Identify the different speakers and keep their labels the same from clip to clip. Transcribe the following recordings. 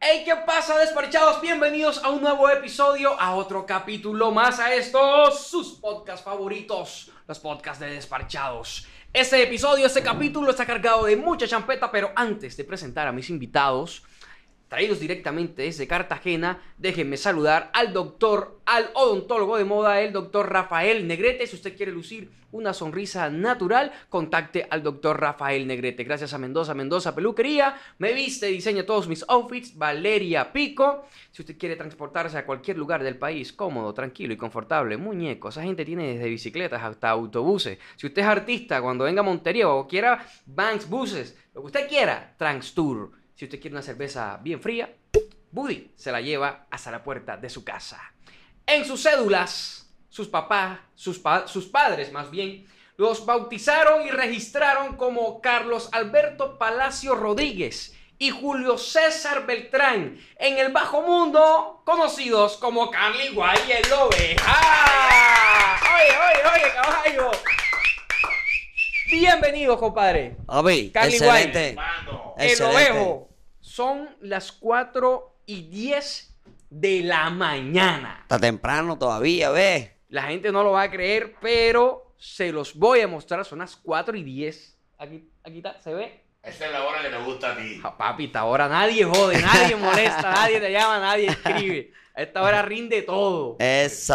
Speaker 1: Hey, ¿qué pasa, desparchados? Bienvenidos a un nuevo episodio, a otro capítulo más a estos sus podcasts favoritos, los podcasts de desparchados. Este episodio, este capítulo está cargado de mucha champeta, pero antes de presentar a mis invitados, traídos directamente desde Cartagena, déjenme saludar al doctor, al odontólogo de moda, el doctor Rafael Negrete. Si usted quiere lucir una sonrisa natural, contacte al doctor Rafael Negrete. Gracias a Mendoza, Mendoza Peluquería. Me viste, diseña todos mis outfits, Valeria Pico. Si usted quiere transportarse a cualquier lugar del país, cómodo, tranquilo y confortable, muñeco. Esa gente tiene desde bicicletas hasta autobuses. Si usted es artista, cuando venga a Montería o quiera banks, buses, lo que usted quiera, Transtour. Si usted quiere una cerveza bien fría, Buddy se la lleva hasta la puerta de su casa. En sus cédulas, sus papás, sus, pa- sus padres más bien, los bautizaron y registraron como Carlos Alberto Palacio Rodríguez y Julio César Beltrán, en el bajo mundo conocidos como Carly Guay y el Oveja. ¡Oye, oye, oye, caballo! Bienvenido, compadre.
Speaker 2: Obi,
Speaker 1: Carly
Speaker 2: excelente.
Speaker 3: Mano,
Speaker 1: El
Speaker 2: excelente.
Speaker 1: ovejo. Son las 4 y 10 de la mañana.
Speaker 2: Está temprano todavía, ¿ves?
Speaker 1: La gente no lo va a creer, pero se los voy a mostrar. Son las 4 y 10. Aquí, aquí está, se ve.
Speaker 3: esa es la hora que te gusta a ti.
Speaker 1: Ja, papi, esta hora nadie jode, nadie molesta, nadie te llama, nadie escribe. A esta hora rinde todo.
Speaker 2: Eso.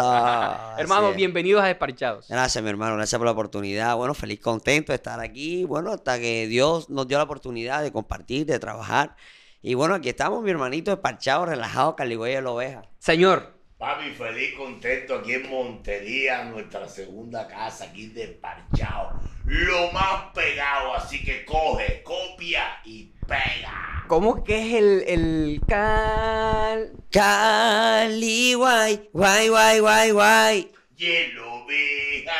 Speaker 2: así
Speaker 1: Hermanos,
Speaker 2: es.
Speaker 1: bienvenidos a Desparchados.
Speaker 2: Gracias, mi hermano. Gracias por la oportunidad. Bueno, feliz, contento de estar aquí. Bueno, hasta que Dios nos dio la oportunidad de compartir, de trabajar. Y bueno, aquí estamos, mi hermanito, desparchado, relajado, Caligüey de la oveja.
Speaker 1: Señor,
Speaker 3: Papi, feliz, contento aquí en Montería, nuestra segunda casa, aquí desparchado. Lo más pegado, así que coge, copia y pega.
Speaker 1: ¿cómo que es el, el cal?
Speaker 2: Caligüey, guay, guay, guay, guay.
Speaker 3: Hielo, oveja,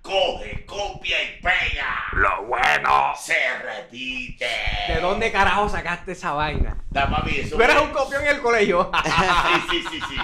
Speaker 3: coge, copia y pega. Lo bueno se repite.
Speaker 1: ¿De dónde carajo sacaste esa vaina? Ah,
Speaker 3: Da, papi, eso
Speaker 1: Tú eras
Speaker 3: fue-
Speaker 1: un copión en el colegio.
Speaker 3: sí, sí, sí, sí.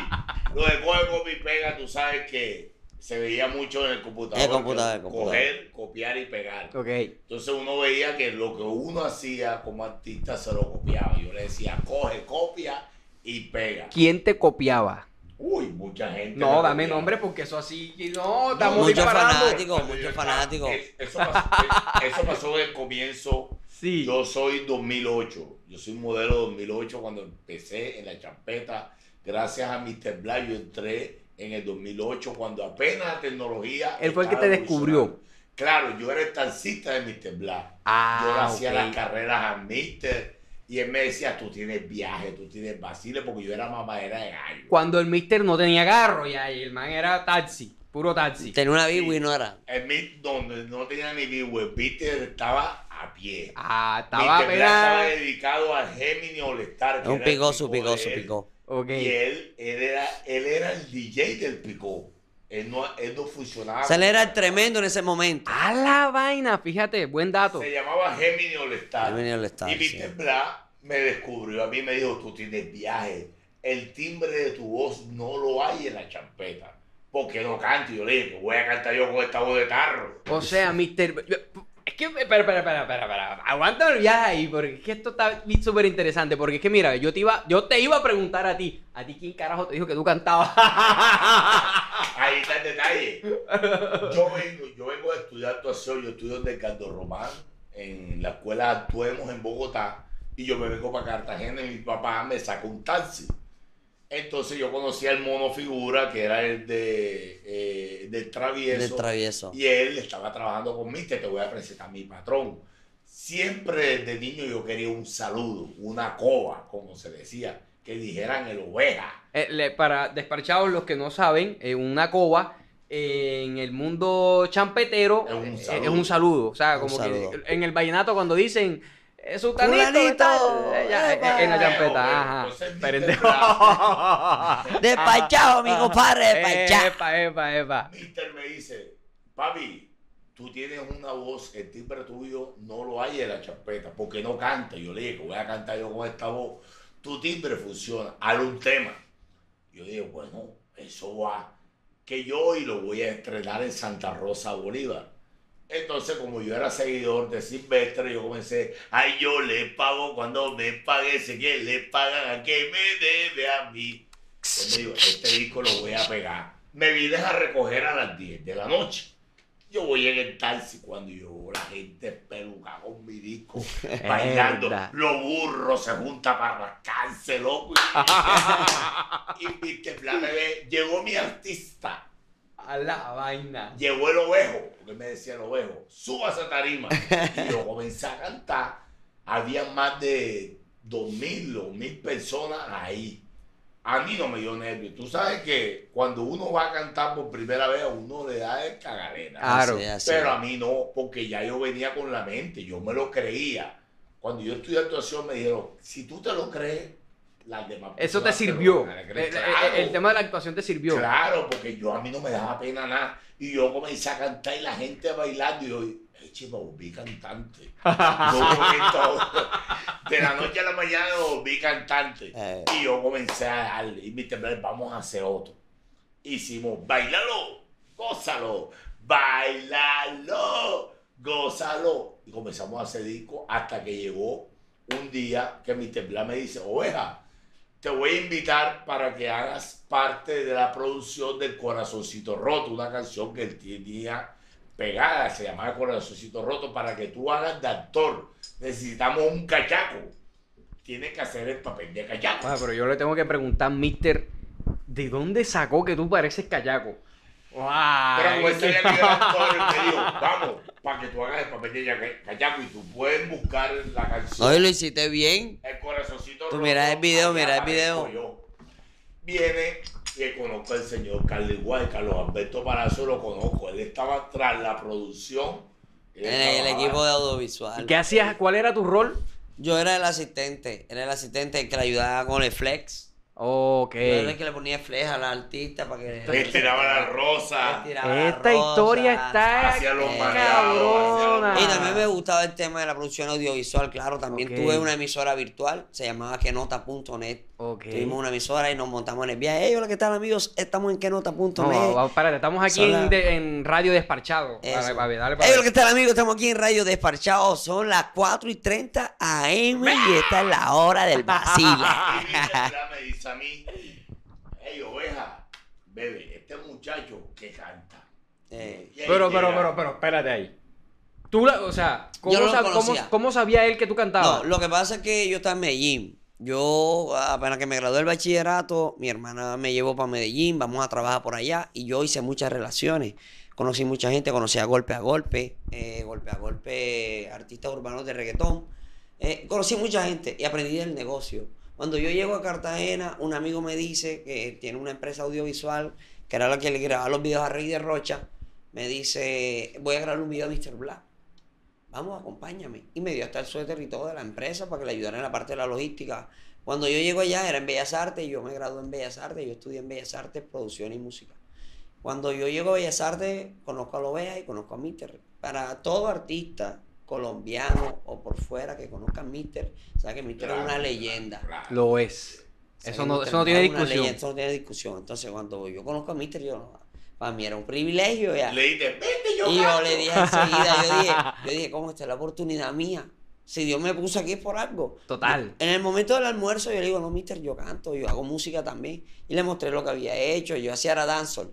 Speaker 3: Lo de coge, copia y pega, tú sabes que se veía mucho en el computador.
Speaker 2: El computador,
Speaker 3: que
Speaker 2: el computador.
Speaker 3: Coger, copiar y pegar.
Speaker 1: ok.
Speaker 3: Entonces uno veía que lo que uno hacía como artista se lo copiaba. Yo le decía, coge, copia y pega.
Speaker 1: ¿Quién te copiaba?
Speaker 3: Uy, mucha gente.
Speaker 1: No,
Speaker 3: me
Speaker 1: dame
Speaker 3: copiaba.
Speaker 1: nombre porque eso así. No, estamos
Speaker 2: Muchos
Speaker 1: disparando.
Speaker 2: fanáticos.
Speaker 3: Cuando
Speaker 2: muchos
Speaker 3: yo estaba-
Speaker 2: fanáticos.
Speaker 3: es- Eso pasó, es- eso pasó en el comienzo.
Speaker 1: Sí.
Speaker 3: Yo soy 2008. Yo soy modelo 2008 cuando empecé en la champeta. Gracias a Mr. Black yo entré en el 2008 cuando apenas la tecnología.
Speaker 1: Él fue el que
Speaker 3: estaba
Speaker 1: te descubrió.
Speaker 3: evolucionando. Claro, yo era el taxista de Mr. Black. Yo le
Speaker 1: Ah,
Speaker 3: hacía
Speaker 1: ok.
Speaker 3: las carreras a Mister y él me decía, tú tienes viaje, tú tienes vacile, porque yo era mamadera de gallo.
Speaker 1: Cuando el mister no tenía garro ya, y el man era taxi, puro taxi.
Speaker 2: Tenía una bibi y no era.
Speaker 3: El Mister donde no tenía ni mi web, Mister estaba a pie.
Speaker 1: Ah, estaba
Speaker 3: Mister Black estaba
Speaker 1: apenas.
Speaker 3: dedicado al Gemini All-Star. que
Speaker 2: Un
Speaker 3: era el
Speaker 2: picoso,
Speaker 3: picó de
Speaker 2: picoso,
Speaker 3: él.
Speaker 2: picó.
Speaker 1: Ok.
Speaker 3: Y él, él, era, él era el DJ del picó. Él no, él no funcionaba.
Speaker 2: Se le era el tremendo en ese momento.
Speaker 1: A la vaina, fíjate, buen dato.
Speaker 3: Se llamaba Gemini All-Star.
Speaker 2: Gemini All-Star,
Speaker 3: Ah. Y
Speaker 2: sí.
Speaker 3: Mr. Black me descubrió. A mí me dijo, tú tienes viaje. El timbre de tu voz no lo hay en la champeta. Porque no canto. Y Yo le dije, "¿Qué voy a cantar yo con esta voz de tarro.
Speaker 1: O sea, mister. Es que, espera, espera, espera, espera, espera. Aguanta el viaje ahí, porque es que esto está súper interesante. Porque es que, mira, yo te iba, yo te iba a preguntar a ti. ¿A ti quién carajo te dijo que tú cantabas?
Speaker 3: Ahí está el detalle. Yo vengo, yo vengo a estudiar actuación. Yo estudio en Delgado Román, en la escuela Actuemos en Bogotá. Y yo me vengo para Cartagena y mi papá me saca un taxi. Entonces yo conocí al mono figura, que era el de, eh, del
Speaker 2: Del travieso.
Speaker 3: Y él estaba trabajando con Mister, te voy a presentar a mi patrón. Siempre desde niño yo quería un saludo, una coba, como se decía, que dijeran el oveja.
Speaker 1: Eh, le- para despachados los que no saben, eh, una coba eh, en el mundo champetero
Speaker 3: Es un
Speaker 1: eh, eh,
Speaker 3: saludo.
Speaker 1: es un saludo. O sea,
Speaker 2: Un
Speaker 1: como
Speaker 2: saludo.
Speaker 1: que en el vallenato cuando dicen "Eh, es un tanito,
Speaker 2: Fulanito, epa.
Speaker 1: Eh, en la
Speaker 3: Bueno,
Speaker 1: champeta, ajá.
Speaker 3: entonces,
Speaker 1: Pero-
Speaker 3: Mr. Black.
Speaker 2: Despachado,
Speaker 3: ah,
Speaker 2: mi compadre, despachado.
Speaker 3: eh,
Speaker 1: Epa, epa, epa.
Speaker 3: Mister me dice, papi, tú tienes una voz, el timbre tuyo no lo hay en la champeta, porque no canta. Yo le dije, "¿Qué voy a cantar yo con esta voz. Tu timbre funciona, haz un tema. Yo dije, bueno, eso va. Que yo hoy lo voy a entrenar en Santa Rosa, Bolívar. Entonces, como yo era seguidor de Silvestre, yo comencé, ay, yo le pago cuando me pague, sé que le pagan a que me debe a mí. Entonces digo, este disco lo voy a pegar. Me vienes a recoger a las 10 de la noche. Yo voy en el taxi cuando yo veo la gente peluca con mi disco, bailando.
Speaker 2: verdad.
Speaker 3: Los burros se juntan para rascarse, loco. Y, y Mr. Black me ve, llegó mi artista.
Speaker 1: A la vaina.
Speaker 3: Llegó el ovejo, porque me decía el ovejo, suba esa tarima. Y yo comencé a cantar. Había más de 2.000 o 1.000 personas ahí. A mí no me dio nervios. Tú sabes que cuando uno va a cantar por primera vez, a uno le da el cagadera.
Speaker 1: Claro.
Speaker 2: Así, así.
Speaker 3: Pero a mí no, porque ya yo venía con la mente, yo me lo creía. Cuando yo estudié actuación me dijeron, si tú te lo crees, las demás
Speaker 1: Eso te
Speaker 3: personas lo
Speaker 1: sirvió. Eh,
Speaker 3: van a
Speaker 1: El,
Speaker 3: creer".
Speaker 1: el-
Speaker 3: Claro.
Speaker 1: el tema de la actuación te sirvió.
Speaker 3: Claro, porque yo a mí no me daba pena nada. Y yo comencé a cantar y la gente bailando. Y yo, eche, me volví cantante. Yo volví todo. De la noche a la mañana me volví cantante.
Speaker 2: Eh,
Speaker 3: Y yo comencé a darle. Y mi temblor, vamos a hacer otro. Hicimos, bailalo, gózalo, bailalo, gózalo. Y comenzamos a hacer disco hasta que llegó un día que mi temblor me dice, oveja, te voy a invitar para que hagas parte de la producción del Corazoncito Roto, una canción que él tenía pegada, se llamaba Corazoncito Roto, para que tú hagas de actor. Necesitamos un cachaco. Tienes que hacer el papel de cachaco.
Speaker 1: Ah, pero yo le tengo que preguntar, mister, ¿de dónde sacó que tú pareces callaco?
Speaker 3: Pero
Speaker 1: ¡Wow!
Speaker 3: como este era el primer actor, él me dijo, vamos, para que tú hagas el papel de ya- cachaco y tú puedes buscar la canción.
Speaker 2: No, y lo hiciste bien.
Speaker 3: El corazoncito.
Speaker 2: Tú
Speaker 3: roto,
Speaker 2: Pues mira el video,
Speaker 3: allá
Speaker 2: mira el
Speaker 3: aparezco
Speaker 2: video.
Speaker 3: yo. Viene que conozco al señor Carlos Guay, Carlos Alberto Palazzo lo conozco. Él estaba tras la producción. Él
Speaker 2: En el
Speaker 3: estaba-
Speaker 2: equipo de
Speaker 1: ¿Y
Speaker 2: audiovisual.
Speaker 1: qué hacías? ¿Cuál era tu rol?
Speaker 2: Yo era el asistente. Era el asistente el que le ayudaba con el flex.
Speaker 1: Ok.
Speaker 2: Yo era el que le ponía flex a la artista para que.
Speaker 3: Le tiraba la
Speaker 2: Le
Speaker 3: rosa.
Speaker 2: tiraba la
Speaker 1: Esta
Speaker 2: rosa.
Speaker 1: historia está
Speaker 3: Hacia los
Speaker 2: mareados,
Speaker 3: hacia los
Speaker 1: cabrona.
Speaker 2: Y también me gustaba el tema de la producción audiovisual, claro. También
Speaker 1: Ok.
Speaker 2: tuve una emisora virtual, se llamaba Quenota.net.
Speaker 1: Ok.
Speaker 2: Tuvimos una emisora y nos montamos en el viaje. Ellos, hola, ¿qué tal, amigos? Estamos en Quenota.net.
Speaker 1: No, va- va- espérate, estamos aquí
Speaker 2: Sola.
Speaker 1: en, de- en Radio Desparchado.
Speaker 2: Eso.
Speaker 1: Dale, papi, dale, papi.
Speaker 2: Hey, hola, ¿qué tal, amigos? Estamos aquí en Radio Desparchado. Son las 4 y 30 AM y esta es la hora del vacile.
Speaker 3: Y mi tía me dice a mí, hey oveja, bebe, este muchacho que canta.
Speaker 2: Eh,
Speaker 3: Y ahí
Speaker 1: Pero, pero,
Speaker 3: llega.
Speaker 1: pero, pero, espérate ahí. Tú, la- o sea, ¿cómo,
Speaker 2: Yo no lo
Speaker 1: sab- cómo-
Speaker 2: conocía.
Speaker 1: cómo sabía él que tú cantabas?
Speaker 2: No, lo que pasa es que yo estaba en Medellín. Yo, apenas que me gradué del bachillerato, mi hermana me llevó para Medellín, vamos a trabajar por allá y yo hice muchas relaciones. Conocí mucha gente, conocí a Golpe a Golpe, eh, Golpe a Golpe, artistas urbanos de reggaetón. Eh, conocí mucha gente y aprendí del negocio. Cuando yo llego a Cartagena, un amigo me dice que tiene una empresa audiovisual, que era la que le grababa los videos a Rey de Rocha, me dice, voy a grabar un video a Mr. Black vamos, acompáñame. Y me dio hasta el suéter y todo de la empresa para que le ayudara en la parte de la logística. Cuando yo llego allá era en Bellas Artes, yo me gradué en Bellas Artes, yo estudié en Bellas Artes, producción y música. Cuando yo llego a Bellas Artes, conozco a Lovea y conozco a Mister. Para todo artista colombiano o por fuera que conozca a Mister, sabe que Mister es una
Speaker 3: Claro,
Speaker 2: leyenda.
Speaker 3: claro.
Speaker 1: Lo es.
Speaker 2: Sabe
Speaker 1: Eso
Speaker 2: que
Speaker 1: no-
Speaker 2: Mr.
Speaker 1: eso no tiene
Speaker 2: es una
Speaker 1: discusión.
Speaker 2: leyenda, eso no tiene discusión. Entonces, cuando yo conozco a Mister, yo, no, para mí era un privilegio ya.
Speaker 3: Le dije, vete yo.
Speaker 2: Y yo
Speaker 3: canto".
Speaker 2: le dije enseguida, yo dije, yo dije, ¿cómo está la oportunidad mía? Si Dios me puso aquí es por algo.
Speaker 1: Total.
Speaker 2: En el momento del almuerzo yo le digo, no, mister, yo canto, yo hago música también. Y le mostré lo que había hecho, yo hacía era dancehall.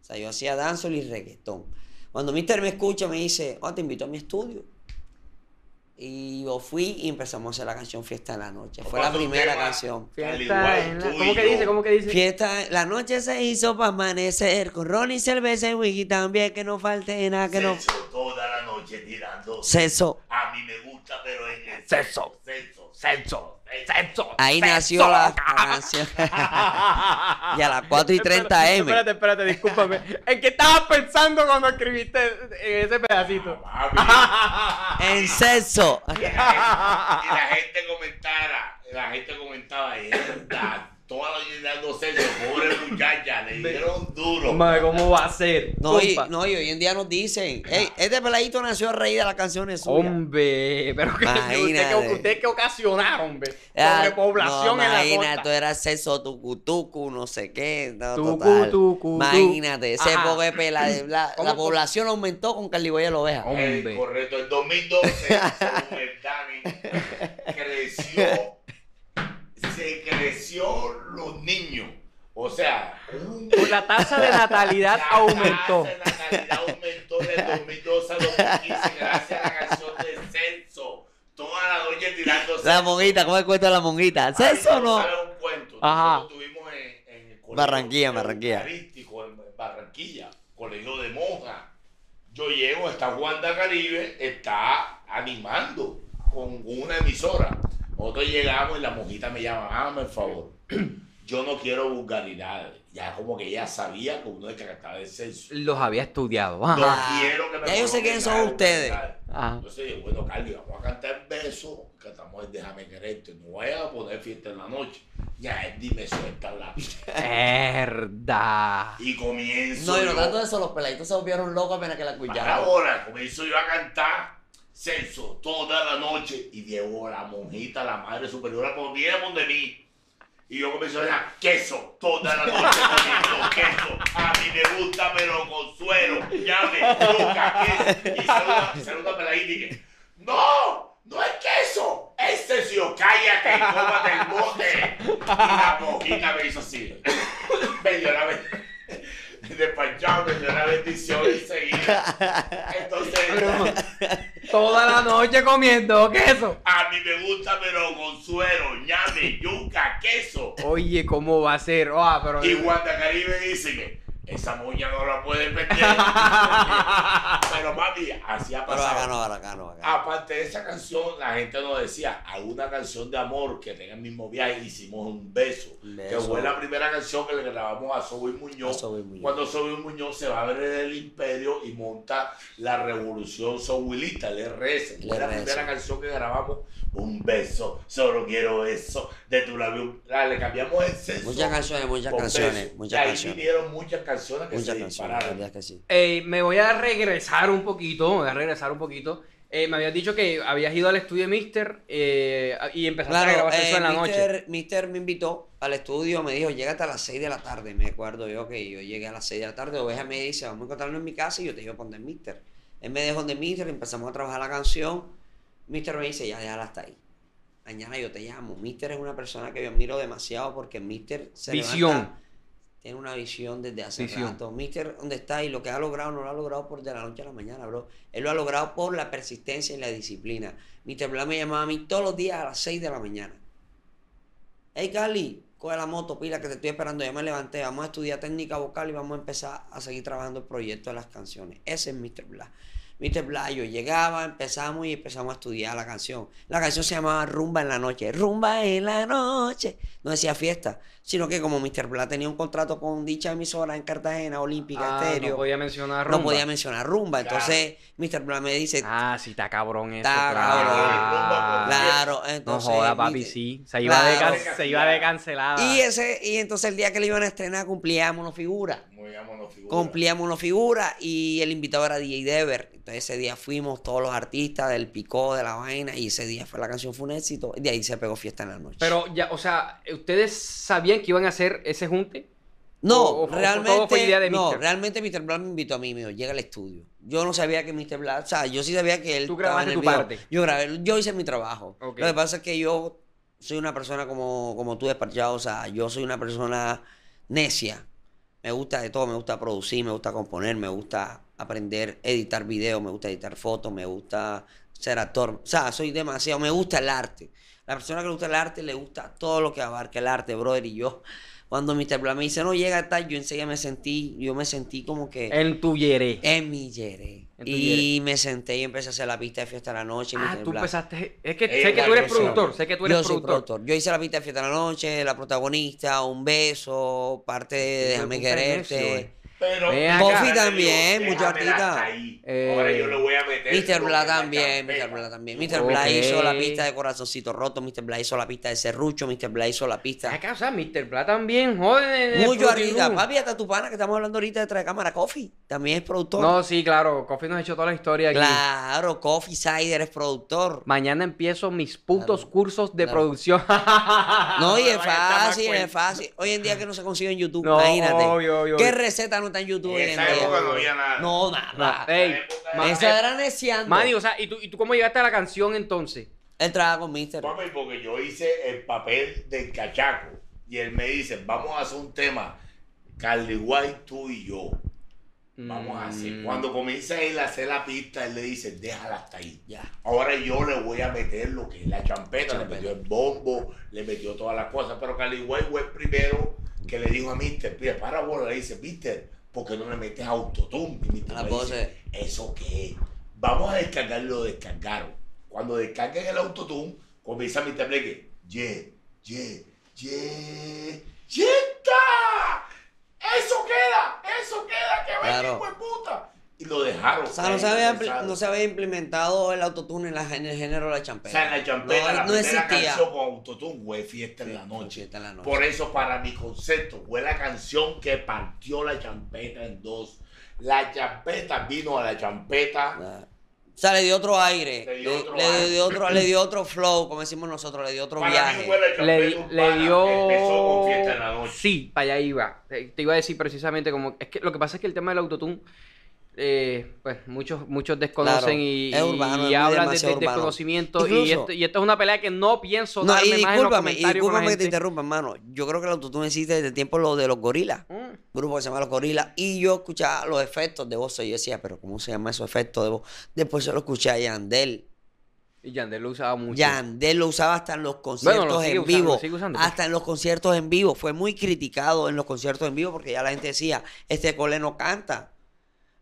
Speaker 2: O sea, yo hacía dancehall y reggaetón. Cuando mister me escucha me dice, oh, te invito a mi estudio. Y yo fui y empezamos a hacer la canción Fiesta de la Noche. Fue la
Speaker 3: Otro
Speaker 2: primera
Speaker 3: tema.
Speaker 2: canción.
Speaker 3: Al
Speaker 1: Fiesta
Speaker 3: igual
Speaker 1: en la-
Speaker 3: tú y
Speaker 1: ¿Cómo que
Speaker 3: yo.
Speaker 1: dice? ¿Cómo que dice?
Speaker 2: Fiesta, la noche se hizo para amanecer, con ron y cerveza y whisky también, que no falte nada, que no...
Speaker 3: Sexo toda la noche tirando.
Speaker 2: Sexo.
Speaker 3: A mí me gusta, pero en el
Speaker 1: Sexo.
Speaker 3: Sexo.
Speaker 1: Senso, senso.
Speaker 2: Ahí nació la canción. y a las 4 y 30 M.
Speaker 1: Espérate, espérate, discúlpame. ¿En qué estabas pensando cuando escribiste en ese pedacito?
Speaker 3: Ah, mami.
Speaker 2: En sexo.
Speaker 3: Y la gente comentara, la gente comentaba, "Mierda, toda la unidad docente, pobre muchacha, le dieron duro.
Speaker 1: Madre, ¿cómo va a ser?
Speaker 2: No y,
Speaker 1: compa?
Speaker 2: no, y hoy en día nos dicen, hey, este peladito nació a raíz de las canciones suyas.
Speaker 1: Hombre, pero que usted, que
Speaker 2: Imagínate.
Speaker 1: usted que ocasionar, hombre.
Speaker 2: Ah,
Speaker 1: Sobrepoblación
Speaker 2: no,
Speaker 1: en la
Speaker 2: imagina,
Speaker 1: costa.
Speaker 2: tú eras sexo tucutucu, no sé qué. No,
Speaker 1: Tucu,
Speaker 2: total.
Speaker 1: tucu,
Speaker 2: imagínate,
Speaker 1: tucu.
Speaker 2: ese
Speaker 1: Ajá.
Speaker 2: pobre pela- la,
Speaker 1: ¿Cómo, cómo?
Speaker 2: la población aumentó con Caliboya la oveja.
Speaker 1: Hombre.
Speaker 3: Eh, correcto, en 2012, según el Dani, creció, se creció los niños. O sea, un-
Speaker 1: La tasa de natalidad
Speaker 3: la
Speaker 1: aumentó.
Speaker 3: tasa de natalidad aumentó de 2012 a 2015 gracias a la canción de Censo. Toda la doña
Speaker 1: Oh.
Speaker 3: tirando
Speaker 2: La
Speaker 3: sexo.
Speaker 2: monguita, ¿cómo es el cuento de la monguita? ¿Sexo o
Speaker 3: Ay,
Speaker 2: no?
Speaker 3: sabe un cuento.
Speaker 1: Ajá.
Speaker 3: Nosotros tuvimos en, en el colegio
Speaker 2: Barranquilla, Barranquilla.
Speaker 3: eucarístico, en Barranquilla, colegio de monja. Yo llego, está Wanda Caribe, está animando con una emisora. Nosotros llegamos y la monjita me llama, hágame el favor. Yo no quiero vulgaridades. Ya como que ella sabía que uno es que acaba de ser su-
Speaker 1: Los había estudiado. ah.
Speaker 3: No
Speaker 1: Ajá.
Speaker 3: quiero que me
Speaker 2: Ya yo sé
Speaker 3: coloquen
Speaker 2: quiénes son
Speaker 3: nada de
Speaker 2: ustedes.
Speaker 3: vulgaridades.
Speaker 1: Ajá.
Speaker 3: Entonces dije, bueno, Carly, vamos a cantar besos, cantamos el Déjame quererte, no vayas a poner fiesta en la noche. Ya él dime suelta la
Speaker 1: Mierda.
Speaker 3: Y comienzo.
Speaker 2: No, y
Speaker 3: yo,
Speaker 2: no tanto de eso, los peladitos se volvieron locos apenas que la
Speaker 3: para
Speaker 2: escucharon.
Speaker 3: ahora, comienzo yo a cantar censo toda la noche. Y llegó la monjita, la madre superiora, como viene donde mí. Y yo comienzo a decir, "Ah, queso, toda la noche comiendo queso. A mí me gusta, pero consuelo. Llame, loca, queso. Y saluda, saluda para ahí y dije, ¡No! ¡No es queso! Este ¡Es sencillo! ¡Cállate! ¡Cómate el bote! Y la mojita me hizo así. Me dio la bendición. Despachado, me dio la bendición enseguida. Entonces.
Speaker 1: Toda la noche comiendo queso.
Speaker 3: A mí me gusta, pero con suero, ñame, yuca, queso.
Speaker 1: Oye, ¿cómo va a ser? Ah, pero...
Speaker 3: Y Wanda Caribe dice que esa moña no la puede perder. pero mami, así ha
Speaker 2: Pero
Speaker 3: pasado.
Speaker 2: acá no, acá no, acá no.
Speaker 1: Ah,
Speaker 3: Aparte de esa canción, la gente nos decía, alguna canción de amor que tenga el mismo viaje, hicimos un beso,
Speaker 2: Beso.
Speaker 3: que fue la primera canción que le grabamos a Soboy Muñoz.
Speaker 2: A Soboy Muñoz.
Speaker 3: Cuando Soboy Muñoz se va a ver el imperio y monta la revolución sobuilista, el RS.
Speaker 2: El
Speaker 3: Fue la
Speaker 2: RS.
Speaker 3: primera canción que grabamos, un beso, solo quiero eso, de tu labio. Ah, Le cambiamos el sexo.
Speaker 2: Muchas canciones, muchas
Speaker 3: por
Speaker 2: canciones,
Speaker 3: beso.
Speaker 2: muchas
Speaker 3: Y ahí
Speaker 2: canciones.
Speaker 3: vinieron muchas canciones que
Speaker 2: Muchas
Speaker 3: se
Speaker 2: canciones, la
Speaker 3: dispararon.
Speaker 2: verdad es que sí.
Speaker 1: Eh, me voy a regresar un poquito, me voy a regresar un poquito. Eh, me habías dicho que habías ido al estudio de Mister eh, y empezaste a
Speaker 2: Claro,
Speaker 1: grabar eso
Speaker 2: eh,
Speaker 1: en la noche.
Speaker 2: Mister, Mister me invitó al estudio, me dijo, llega hasta las 6 de la tarde. Me acuerdo yo que yo llegué a las 6 de la tarde. Oveja me dice, vamos a encontrarnos en mi casa y yo te llevo a poner Mister. Él me dejó de Mister, empezamos a trabajar la canción. Mister me dice, ya, déjala hasta ahí. Mañana yo te llamo. Mister es una persona que yo admiro demasiado porque Mister se
Speaker 1: Visión.
Speaker 2: levanta- tiene una visión desde hace
Speaker 1: Visión.
Speaker 2: rato. Mister, ¿dónde está? Y lo que ha logrado no lo ha logrado por de la noche a la mañana, bro. Él lo ha logrado por la persistencia y la disciplina. Mister Blas me llamaba a mí todos los días a las 6 de la mañana. Hey, Cali, coge la moto, pila, que te estoy esperando. Ya me levanté. Vamos a estudiar técnica vocal y vamos a empezar a seguir trabajando el proyecto de las canciones. Ese es Mr. Blas. Mr. Blas, yo llegaba, empezamos y empezamos a estudiar la canción. La canción se llamaba Rumba en la noche. Rumba en la noche. No decía fiesta, sino que como Mr. Blas tenía un contrato con dicha emisora en Cartagena, Olímpica
Speaker 1: Ah,
Speaker 2: Estéreo,
Speaker 1: no podía mencionar
Speaker 2: no
Speaker 1: rumba.
Speaker 2: podía mencionar rumba.
Speaker 3: Claro.
Speaker 2: Entonces, Mr. Blas me dice,
Speaker 1: Ah, sí, está cabrón eso.
Speaker 2: Está
Speaker 1: claro. Ah,
Speaker 3: cabrón.
Speaker 2: claro,
Speaker 1: No
Speaker 2: entonces...
Speaker 1: joda, papi,
Speaker 2: Mr.
Speaker 1: sí. ah". Se iba, de,
Speaker 2: Claro.
Speaker 1: can- se iba de cancelada.
Speaker 2: Y, ese, y entonces el día que le iban a estrenar cumplíamos una figura.
Speaker 3: Muy vámonos, figura.
Speaker 2: Cumplíamos una figura y el invitado era DJ Dever. Entonces ese día fuimos todos los artistas del picó, de la vaina y ese día fue la canción, fue un éxito. Y de ahí se pegó fiesta en la noche.
Speaker 1: Pero ya, o sea, ¿ustedes sabían que iban a hacer ese junte?
Speaker 2: no,
Speaker 1: o- o-
Speaker 2: realmente,
Speaker 1: todo fue idea de
Speaker 2: no,
Speaker 1: Mr.
Speaker 2: realmente Mr. Black me invitó a mí, me dijo, llega al estudio. Yo no sabía que Mr. Black, o sea, yo sí sabía que él
Speaker 1: Tú
Speaker 2: estaba en
Speaker 1: grabaste
Speaker 2: el
Speaker 1: tu
Speaker 2: video.
Speaker 1: parte.
Speaker 2: Yo grabé, yo hice mi trabajo.
Speaker 1: Ok.
Speaker 2: Lo que pasa es que yo soy una persona como, como tú despachado, o sea, yo soy una persona necia. Me gusta de todo, me gusta producir, me gusta componer, me gusta aprender, editar videos, me gusta editar fotos, me gusta ser actor. O sea, soy demasiado, me gusta el arte. La persona que le gusta el arte le gusta todo lo que abarca el arte, brother. Y yo, cuando Mr. Blas me dice, no llega tal, yo enseguida me sentí, yo me sentí como que
Speaker 1: En tu yeré.
Speaker 2: Eh, en mi yeré.
Speaker 1: Eh. En tu
Speaker 2: Y me senté y empecé a hacer la pista de fiesta de la noche.
Speaker 1: Ah,
Speaker 2: Mr.
Speaker 1: tú
Speaker 2: Blas.
Speaker 1: empezaste. Es que
Speaker 3: Eh,
Speaker 1: sé que tú eres
Speaker 3: Wagner, sí.
Speaker 1: productor. Sé que tú eres
Speaker 2: Yo soy
Speaker 1: productor.
Speaker 2: productor. Yo hice la pista de fiesta de la noche, la protagonista, un beso, parte de
Speaker 1: Hijo de
Speaker 2: Eh, Déjame
Speaker 1: puta,
Speaker 2: este,
Speaker 1: necio,
Speaker 2: quererte.
Speaker 1: eh.
Speaker 3: Pero
Speaker 1: Ven acá. Bofi
Speaker 2: también,
Speaker 3: Déjamela
Speaker 2: mucho artista.
Speaker 3: hasta ahí.
Speaker 1: Eh,
Speaker 3: Ahora yo le voy a meter.
Speaker 2: Mr.
Speaker 3: lo
Speaker 2: Bla
Speaker 3: que me
Speaker 2: también,
Speaker 3: campea.
Speaker 2: Mr. Bla también. Mr.
Speaker 1: Ok.
Speaker 2: Bla hizo la pista de corazoncito roto, Mr. Bla hizo la pista de serrucho, Mr. Bla hizo la pista.
Speaker 1: Acá, o sea, Mr. Pla también, joder. de uh.
Speaker 2: Mucho
Speaker 1: Fruity
Speaker 2: arriba.
Speaker 1: Loops.
Speaker 2: Papi, hasta tu pana que estamos hablando ahorita detrás de cámara, Coffee, también es productor.
Speaker 1: No, sí, claro. Coffee nos ha hecho toda la historia aquí.
Speaker 2: claro, Coffee Sider es productor.
Speaker 1: Mañana empiezo mis putos
Speaker 2: Claro.
Speaker 1: cursos de
Speaker 2: Claro.
Speaker 1: producción.
Speaker 2: No, y
Speaker 1: Me
Speaker 2: es
Speaker 1: van a estar más
Speaker 2: fácil, es
Speaker 1: cuenta.
Speaker 2: fácil. Hoy en día que no se consigue en YouTube,
Speaker 1: No,
Speaker 2: imagínate.
Speaker 1: obvio, obvio,
Speaker 2: ¿Qué
Speaker 1: obvio.
Speaker 2: receta no está en YouTube hoy
Speaker 3: En
Speaker 2: en
Speaker 3: esa época no
Speaker 2: día?
Speaker 3: había nada.
Speaker 1: No,
Speaker 2: No, nada.
Speaker 1: ey, ma-
Speaker 2: Esa
Speaker 1: eh,
Speaker 2: era neciando.
Speaker 1: Manny, o sea, ¿y tú, ¿y tú cómo llegaste a la canción entonces?
Speaker 2: Él trabaja con Mister.
Speaker 3: Papi, porque yo hice el papel del cachaco. Y él me dice, vamos a hacer un tema. Carly White, tú y yo. Vamos a hacer.
Speaker 1: Mm.
Speaker 3: Cuando comienza él a hacer la pista, él le dice, déjala hasta ahí.
Speaker 2: Ya.
Speaker 3: Ahora yo le voy a meter lo que es la champeta,
Speaker 2: Champeta.
Speaker 3: le metió el bombo, le metió todas las cosas. Pero Cali Way fue el primero que le dijo a Mister, pide para bola, le dice, Mister, ¿por qué no le metes autotune? Y Mister
Speaker 2: A la
Speaker 3: le
Speaker 2: pose.
Speaker 3: dice, ¿eso qué es? Vamos a descargar lo descargaron. Cuando descarguen el autotune, comienza Mister Blake, ye, ye, ye, yeta. Eso queda, eso queda, que venga,
Speaker 2: Claro.
Speaker 3: hijo de puta. Y lo dejaron.
Speaker 2: O sea, no se, había, impl- no se había implementado el autotune en, la- en el género de la
Speaker 3: O
Speaker 2: champeta.
Speaker 3: sea, en la champeta,
Speaker 2: No,
Speaker 3: la
Speaker 2: no
Speaker 3: primera
Speaker 2: existía.
Speaker 3: canción con autotune, güey, fiesta en la
Speaker 2: Sí,
Speaker 3: noche.
Speaker 2: Fiesta en la Noche.
Speaker 3: Por eso, para mi concepto, fue la canción que partió la champeta en dos. La champeta vino a la champeta.
Speaker 2: Nada. O sea, le dio otro aire.
Speaker 3: Le dio
Speaker 2: le,
Speaker 3: otro
Speaker 2: le
Speaker 3: aire.
Speaker 2: dio otro, le dio otro flow, como decimos nosotros, le dio otro
Speaker 3: para mí
Speaker 2: viaje.
Speaker 3: fue la champeta
Speaker 1: le, le
Speaker 3: urbana que
Speaker 1: dio.
Speaker 3: empezó con fiesta en la noche.
Speaker 1: Sí, para allá iba. Eh, Te iba a decir precisamente como. Es que lo que pasa es que el tema del autotune. eh, pues muchos muchos desconocen
Speaker 2: Claro,
Speaker 1: y,
Speaker 2: es urbano,
Speaker 1: y
Speaker 2: es muy
Speaker 1: hablan de,
Speaker 2: demasiado
Speaker 1: de- de
Speaker 2: urbano.
Speaker 1: conocimiento. Y
Speaker 2: Incluso-
Speaker 1: esto, y esto es una pelea que no pienso
Speaker 2: No, y
Speaker 1: darme más en los
Speaker 2: discúlpame, y
Speaker 1: comentarios con la
Speaker 2: discúlpame que
Speaker 1: gente.
Speaker 2: te interrumpa, hermano. Yo creo que el autotune existe desde el tiempo lo de los gorilas.
Speaker 1: Mm.
Speaker 2: grupo que se llama Los Gorilas, y yo escuchaba los efectos de voz, y yo decía, pero ¿cómo se llama esos efectos de voz? Después yo lo escuché a Yandel.
Speaker 1: Mm. Y Yandel lo usaba mucho.
Speaker 2: Yandel lo usaba hasta en los conciertos
Speaker 1: sigue
Speaker 2: en
Speaker 1: usando,
Speaker 2: vivo.
Speaker 1: lo sigue usando, pues.
Speaker 2: hasta en los conciertos en vivo. Fue muy criticado en los conciertos en vivo porque ya la gente decía, este cole no canta.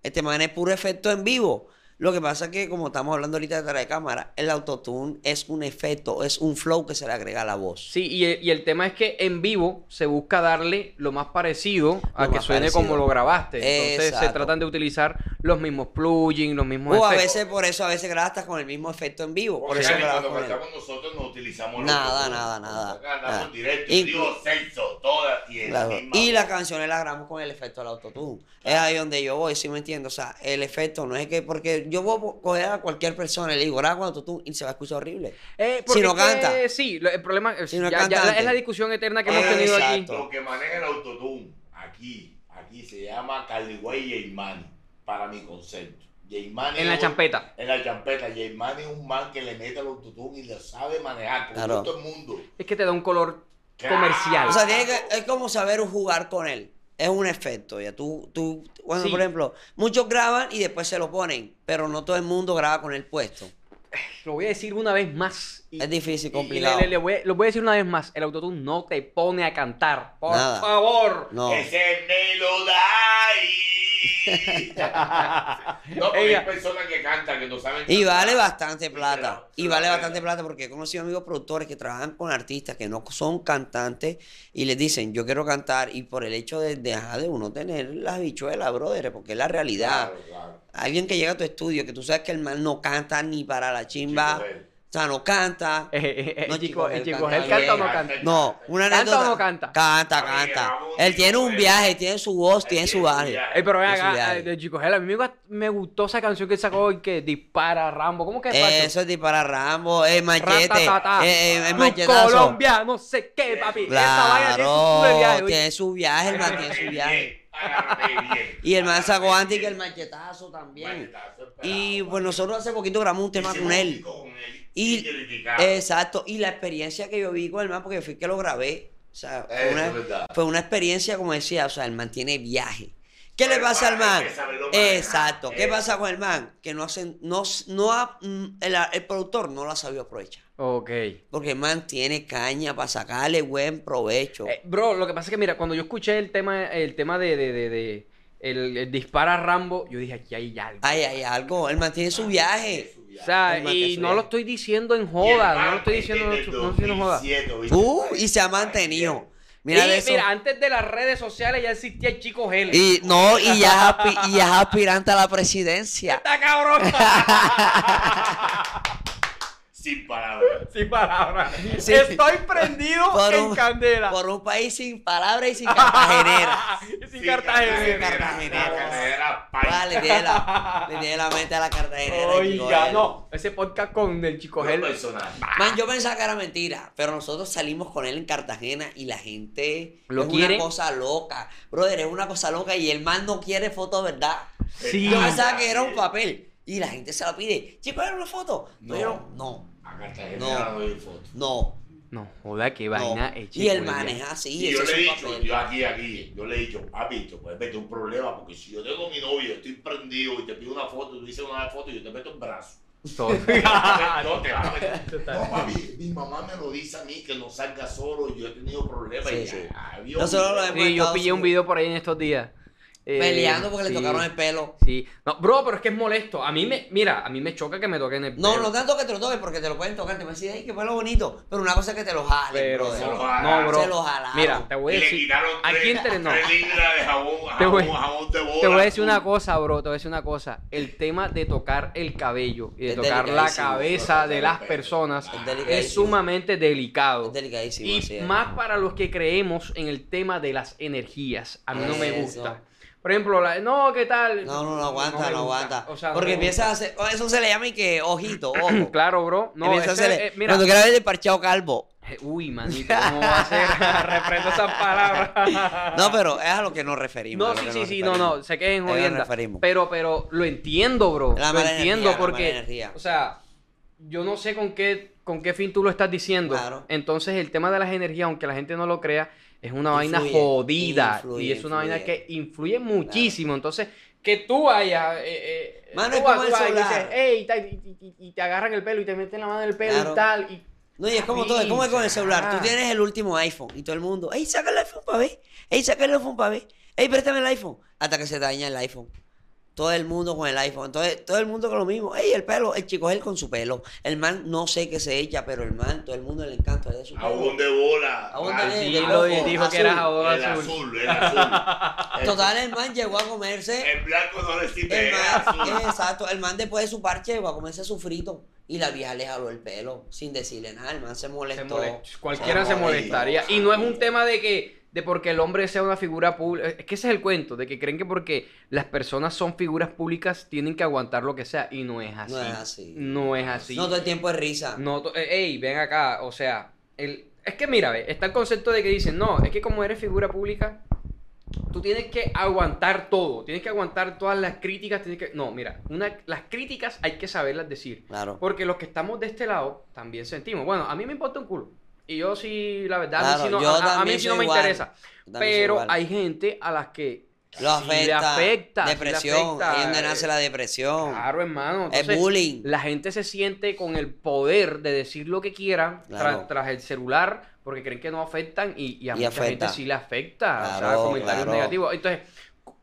Speaker 2: Este man es puro efecto en vivo. Lo que pasa es que, como estamos hablando ahorita detrás de cámara, el autotune es un efecto, es un flow que se le agrega a la voz.
Speaker 1: Sí, y el, y el tema es que en vivo se busca darle lo más parecido a
Speaker 2: Lo
Speaker 1: que
Speaker 2: más
Speaker 1: suene
Speaker 2: parecido.
Speaker 1: como lo grabaste. Entonces se
Speaker 2: Exacto.
Speaker 1: tratan de utilizar los mismos plugins, los mismos
Speaker 2: O a
Speaker 1: efectos.
Speaker 2: veces, por eso, a veces grabas hasta con el mismo efecto en vivo.
Speaker 3: O
Speaker 2: Por
Speaker 3: sea,
Speaker 2: eso
Speaker 3: que
Speaker 2: grabas
Speaker 3: cuando
Speaker 2: con él.
Speaker 3: cantamos nosotros no utilizamos los
Speaker 2: Nada,
Speaker 3: autotunes.
Speaker 2: nada, nada,
Speaker 3: Nosotros Cantamos
Speaker 2: nada.
Speaker 3: en directo,
Speaker 2: Inclu-
Speaker 3: digo sexo, todas y en la
Speaker 2: Claro.
Speaker 3: misma
Speaker 2: Y las canciones las grabamos con el efecto del autotune. Es ahí donde yo voy, si me entiendo. O sea, el efecto no es que. Porque yo voy a coger a cualquier persona y le digo, graba con autotune y se va a escuchar horrible.
Speaker 1: Eh, porque
Speaker 2: Si no
Speaker 1: es que,
Speaker 2: canta.
Speaker 1: Sí, lo- el problema es,
Speaker 2: Si no
Speaker 1: ya- ya
Speaker 2: canta
Speaker 1: la-
Speaker 2: antes.
Speaker 1: es la discusión eterna que
Speaker 2: Ah,
Speaker 1: hemos tenido aquí.
Speaker 2: exacto.
Speaker 3: Lo que maneja el autotune aquí, aquí se llama Caliway y Yeimani, para mi concepto. Yeimani
Speaker 1: En la
Speaker 3: es-
Speaker 1: champeta.
Speaker 3: En la champeta. Yeimani es un man que le mete el autotune y lo sabe manejar con
Speaker 2: Claro.
Speaker 3: todo el mundo.
Speaker 1: Es que te da un color
Speaker 3: Claro.
Speaker 1: comercial.
Speaker 2: O sea, tiene que- es como saber jugar con él. Es un efecto. Ya tú, tú cuando,
Speaker 1: Sí.
Speaker 2: por ejemplo, muchos graban y después se lo ponen, pero no todo el mundo graba con el puesto.
Speaker 1: lo voy a decir una vez más. y-
Speaker 2: Es difícil,
Speaker 1: y- y
Speaker 2: complicado.
Speaker 1: le- le- le voy a- lo voy a decir una vez más. El autotune no te pone a cantar. Por
Speaker 2: Nada.
Speaker 1: favor.
Speaker 2: No.
Speaker 3: Ese me lo da ahí. No, porque
Speaker 1: Ella-
Speaker 3: hay personas que cantan que no saben
Speaker 2: Y
Speaker 3: cantar.
Speaker 2: vale bastante plata.
Speaker 3: Claro,
Speaker 2: Y vale
Speaker 3: claro.
Speaker 2: bastante plata porque he conocido amigos productores que trabajan con artistas que no son cantantes y les dicen, yo quiero cantar. Y por el hecho de dejar de uno tener las bichuelas, brother, porque es la realidad.
Speaker 3: Claro, claro.
Speaker 2: Alguien que llega a tu estudio, que tú sabes que el man no canta ni para la chimba,
Speaker 3: Chico Gel.
Speaker 2: o sea, no canta.
Speaker 1: Eh, eh, eh,
Speaker 2: No,
Speaker 1: chico,
Speaker 2: chicos,
Speaker 1: el
Speaker 2: él
Speaker 1: chico,
Speaker 2: canta
Speaker 1: ¿él canta o no
Speaker 3: bien.
Speaker 1: canta?
Speaker 2: No, una
Speaker 1: ¿Canta
Speaker 2: anécdota.
Speaker 1: o no canta?
Speaker 2: Canta,
Speaker 3: Oye,
Speaker 2: canta.
Speaker 3: vamos,
Speaker 2: Él tiene un
Speaker 3: Gel.
Speaker 2: viaje, tiene su voz, tiene su baile.
Speaker 1: Ey, pero ven
Speaker 2: Eso ya
Speaker 1: acá, eh,
Speaker 2: es.
Speaker 1: de Chico Gel, a mí me gust- me gustó esa canción que sacó hoy que dispara Rambo. ¿Cómo que es Pacho?
Speaker 2: Eso es disparar Rambo, el machete,
Speaker 1: Ratatata.
Speaker 2: eh, eh, el
Speaker 1: Club
Speaker 2: machetazo.
Speaker 1: Colombia, no sé qué, papi. Esa vaina tiene su culo de viaje,
Speaker 2: Claro,
Speaker 1: oye.
Speaker 2: tiene su viaje, el man tiene
Speaker 3: Agárrate
Speaker 2: su
Speaker 3: bien,
Speaker 2: viaje.
Speaker 3: agárrate bien.
Speaker 2: Y el man sacó
Speaker 3: Agárrate
Speaker 2: antes que el
Speaker 3: bien.
Speaker 2: machetazo también.
Speaker 3: Machetazo esperado,
Speaker 2: Y pues
Speaker 3: machetazo.
Speaker 2: nosotros hace poquito grabamos un tema
Speaker 3: Hicimos
Speaker 2: con
Speaker 3: un
Speaker 2: él.
Speaker 3: disco con él
Speaker 2: Y-
Speaker 3: criticado.
Speaker 2: Exacto, y la experiencia que yo vi con el man, porque fui que lo grabé, o sea, fue
Speaker 3: Eso es
Speaker 2: una,
Speaker 3: verdad.
Speaker 2: fue una experiencia, como decía, o sea, el man tiene viaje. ¿Qué le
Speaker 3: Pero
Speaker 2: pasa al
Speaker 3: hay
Speaker 2: man?
Speaker 3: Pues, que saberlo manejar.
Speaker 2: Exacto, ¿qué
Speaker 3: Eh.
Speaker 2: pasa con el man? Que no hacen, no, no ha- mm, el, el productor no lo ha sabido aprovechar.
Speaker 1: Ok. Eh,
Speaker 2: Porque el man tiene caña para sacarle buen provecho.
Speaker 1: Eh, bro, lo que pasa es que, mira, cuando yo escuché el tema, el tema de, de, de, de- el, el dispara Rambo, yo dije, aquí hay algo.
Speaker 2: Ay, hay algo, el man tiene su viaje.
Speaker 3: Su
Speaker 1: o
Speaker 3: viaje.
Speaker 1: sea,
Speaker 2: hay más que
Speaker 1: y
Speaker 2: eso,
Speaker 1: no
Speaker 2: ya.
Speaker 1: lo estoy diciendo en
Speaker 3: Y el
Speaker 1: joda, no
Speaker 3: man
Speaker 1: lo estoy diciendo, no
Speaker 3: desde
Speaker 1: no estoy diciendo en joda.
Speaker 3: 2007, ¿viste?
Speaker 2: Uh, y se ha mantenido. Mira,
Speaker 1: y
Speaker 2: de eso.
Speaker 1: mira, antes de las redes sociales ya existía el chico Gel.
Speaker 2: Y no, y ya, es aspi- y ya es aspirante a la presidencia.
Speaker 1: ¡Está cabrón!
Speaker 3: Sin palabras.
Speaker 1: Sin palabras.
Speaker 2: Sí.
Speaker 1: Estoy prendido
Speaker 2: Por
Speaker 1: en
Speaker 2: un-
Speaker 1: candela.
Speaker 2: Por un país sin palabras y sin cartagenera.
Speaker 1: Y sin cartagenera.
Speaker 2: Cartagenera.
Speaker 3: Cartagenera, paisa.
Speaker 2: Ah, le tiene la, le tiene la mente a la cartagenera. chico, pues,
Speaker 1: Oiga,
Speaker 2: él.
Speaker 1: no. Ese podcast con el chico Gel.
Speaker 3: Coger personal.
Speaker 2: Man, yo pensaba que era mentira, pero nosotros salimos con él en Cartagena y la gente
Speaker 1: ¿Lo
Speaker 2: es
Speaker 1: quiere?
Speaker 2: una cosa loca. Brother, es una cosa loca y el man no quiere foto, ¿verdad?
Speaker 1: Sí.
Speaker 2: Yo pensaba que era un papel y la gente se lo pide. Chico, era una foto. No,
Speaker 3: No.
Speaker 2: yo no, no,
Speaker 3: A Cartagena
Speaker 2: No.
Speaker 3: no doy foto.
Speaker 2: no.
Speaker 1: No, joda, qué vaina el chico
Speaker 2: Y el
Speaker 1: Gel.
Speaker 2: man es así,
Speaker 3: Y yo
Speaker 2: eso
Speaker 3: le he
Speaker 2: es un
Speaker 3: dicho,
Speaker 2: papel.
Speaker 3: yo aquí, aquí, yo le he dicho, papi, te puedes meter un problema, porque si yo tengo mi novio, yo estoy prendido y te pido una foto, y tú dices una foto y yo te meto un brazo.
Speaker 1: Todo.
Speaker 3: no te vas a meter.
Speaker 1: Total.
Speaker 3: No, papi, mi mamá me lo dice a mí que no salga solo, y yo he tenido problemas.
Speaker 2: Sí,
Speaker 3: y
Speaker 2: sí.
Speaker 3: ah, Dios
Speaker 2: Nosotros
Speaker 3: mío.
Speaker 2: lo hemos-
Speaker 1: Sí, yo pillé un video por ahí en estos días. Eh,
Speaker 2: Peleando porque
Speaker 1: sí,
Speaker 2: le tocaron el pelo.
Speaker 1: Sí. No, bro, pero es que es molesto. A mí me. Mira, a mí me choca que me toquen el
Speaker 2: No,
Speaker 1: pelo.
Speaker 2: no tanto que te lo toques porque te lo pueden tocar. Te van a decir, ay, qué pelo bonito. Pero una cosa es que te lo jalen,
Speaker 1: Pero
Speaker 2: brother.
Speaker 3: se lo
Speaker 1: no, no, bro.
Speaker 2: Ah, Se lo jalaron.
Speaker 1: Mira, te voy a
Speaker 3: Y le
Speaker 1: decir.
Speaker 3: quitaron
Speaker 1: Aquí
Speaker 3: tres,
Speaker 1: entre- no.
Speaker 3: tres libras de jabón,
Speaker 1: Te voy-
Speaker 3: jabón, jabón de bola.
Speaker 1: Te voy a decir una cosa, bro. Te voy a decir una cosa. El tema de tocar el cabello y de
Speaker 2: Es
Speaker 1: tocar la
Speaker 2: delicadísimo,
Speaker 1: cabeza
Speaker 3: bro,
Speaker 1: de
Speaker 3: tocar
Speaker 1: las
Speaker 3: el pelo.
Speaker 1: personas
Speaker 2: Es
Speaker 1: es
Speaker 2: delicadísimo.
Speaker 1: sumamente delicado.
Speaker 2: Es delicadísimo.
Speaker 1: Y
Speaker 2: así es.
Speaker 1: más para los que creemos en el tema de las energías. A mí no me
Speaker 2: Eso.
Speaker 1: gusta. Por ejemplo, la- no, ¿qué tal?
Speaker 2: No, no, no aguanta,
Speaker 1: me
Speaker 2: no,
Speaker 1: gusta.
Speaker 2: aguanta.
Speaker 1: O sea, no
Speaker 2: Porque
Speaker 1: me
Speaker 2: empiezas a hacer. oh, Eso se le llama y que ojito, ojo.
Speaker 1: Claro, bro. No,
Speaker 2: Empieza a
Speaker 1: ese-
Speaker 2: hacerle-
Speaker 1: eh, mira. eh,
Speaker 2: Cuando quieras ver el parchado calvo.
Speaker 1: Uy, manito, ¿cómo va a ser? Reprendo esas palabras.
Speaker 2: No, pero es a lo que nos referimos.
Speaker 1: Ah. No,
Speaker 2: a lo
Speaker 1: sí,
Speaker 2: que
Speaker 1: sí,
Speaker 2: nos
Speaker 1: sí, no,
Speaker 2: referimos.
Speaker 1: no, sé que es
Speaker 2: A lo que nos
Speaker 1: jodienda.
Speaker 2: referimos.
Speaker 1: Pero, pero lo entiendo, bro.
Speaker 2: La
Speaker 1: lo
Speaker 2: mala
Speaker 1: entiendo
Speaker 2: energía, la
Speaker 1: porque,
Speaker 2: mala energía.
Speaker 1: o sea, yo no sé con qué, con qué fin tú lo estás diciendo.
Speaker 2: Claro.
Speaker 1: Entonces el tema de las energías, aunque la gente no lo crea, es una vaina
Speaker 2: Influye,
Speaker 1: jodida y
Speaker 2: influye,
Speaker 1: es una vaina
Speaker 2: influye.
Speaker 1: que influye muchísimo. Entonces que tú vayas, eh, eh,
Speaker 2: Mano,
Speaker 1: tú
Speaker 2: es
Speaker 1: vas-
Speaker 2: como
Speaker 1: tú
Speaker 2: el
Speaker 1: vas y
Speaker 2: celular.
Speaker 1: dices, "Ey", y tal, y- y- y- y te agarran el pelo y te meten la mano en el pelo y
Speaker 2: Claro.
Speaker 1: tal. Y
Speaker 2: No, y es como todo, es como con el celular. Tú tienes el último iPhone y todo el mundo, ¡ey, saca el iPhone para ver! ¡ey, saca el iPhone para ver! ¡ey, préstame el iPhone! Hasta que se daña el iPhone. Todo el mundo con el iPhone. Entonces, todo el mundo con lo mismo. ¡ey, el pelo! El chico es él con su pelo. El man no sé qué se echa, pero el man, todo el mundo le encanta es de su
Speaker 3: Jabón
Speaker 2: pelo.
Speaker 3: de bola.
Speaker 2: Jabón de-
Speaker 3: Ah,
Speaker 2: de-
Speaker 1: Y
Speaker 3: sí,
Speaker 2: de-
Speaker 1: lo
Speaker 2: loco,
Speaker 1: dijo que era
Speaker 2: azul.
Speaker 1: jabón
Speaker 3: El
Speaker 1: azul.
Speaker 3: azul, el azul. El-
Speaker 2: Total, el man llegó a comerse.
Speaker 3: El blanco no le sirve.
Speaker 2: El
Speaker 3: El
Speaker 2: man, eh,
Speaker 3: azul.
Speaker 2: exacto, el man después de su parche va a comerse su frito y la vieja le jaló el pelo sin decirle nada, el man se
Speaker 1: Se
Speaker 2: molestó.
Speaker 1: molest- Cualquiera se
Speaker 3: Ay,
Speaker 1: molestaría. Y no es un tema de que de porque el hombre sea una figura pública. Es que ese es el cuento, de que creen que porque las personas son figuras públicas tienen que aguantar lo que sea. Y no es así.
Speaker 2: No es así.
Speaker 1: No es así.
Speaker 2: No todo el tiempo es risa.
Speaker 1: No to- eh, ey, ven acá. O sea, el- es que mira, ve, está el concepto de que dicen, no, es que como eres figura pública, tú tienes que aguantar todo. Tienes que aguantar todas las críticas. Tienes que... No, mira, una, las críticas hay que saberlas decir.
Speaker 2: Claro.
Speaker 1: Porque los que estamos de este lado también sentimos. Bueno, a mí me importa un culo. Y yo sí, la verdad, a mí
Speaker 2: Claro,
Speaker 1: sí no,
Speaker 2: yo
Speaker 1: a- a- a mí
Speaker 2: también
Speaker 1: sí no
Speaker 2: soy
Speaker 1: me
Speaker 2: igual.
Speaker 1: interesa.
Speaker 2: Yo también soy
Speaker 1: Pero
Speaker 2: igual.
Speaker 1: hay gente a las que
Speaker 2: lo
Speaker 1: sí le
Speaker 2: afecta,
Speaker 1: afecta, sí le
Speaker 2: Depresión,
Speaker 1: afecta,
Speaker 2: ahí es donde
Speaker 1: eh,
Speaker 2: nace la depresión.
Speaker 1: Claro, hermano.
Speaker 2: Es
Speaker 1: Entonces,
Speaker 2: bullying.
Speaker 1: La gente se siente con el poder de decir lo que quieran tra-
Speaker 2: Claro.
Speaker 1: tras el celular porque creen que no afectan y, y a
Speaker 2: Y
Speaker 1: mucha
Speaker 2: afecta.
Speaker 1: gente sí le afecta. o sea,
Speaker 2: Claro,
Speaker 1: comentarios
Speaker 2: claro.
Speaker 1: negativos. Entonces,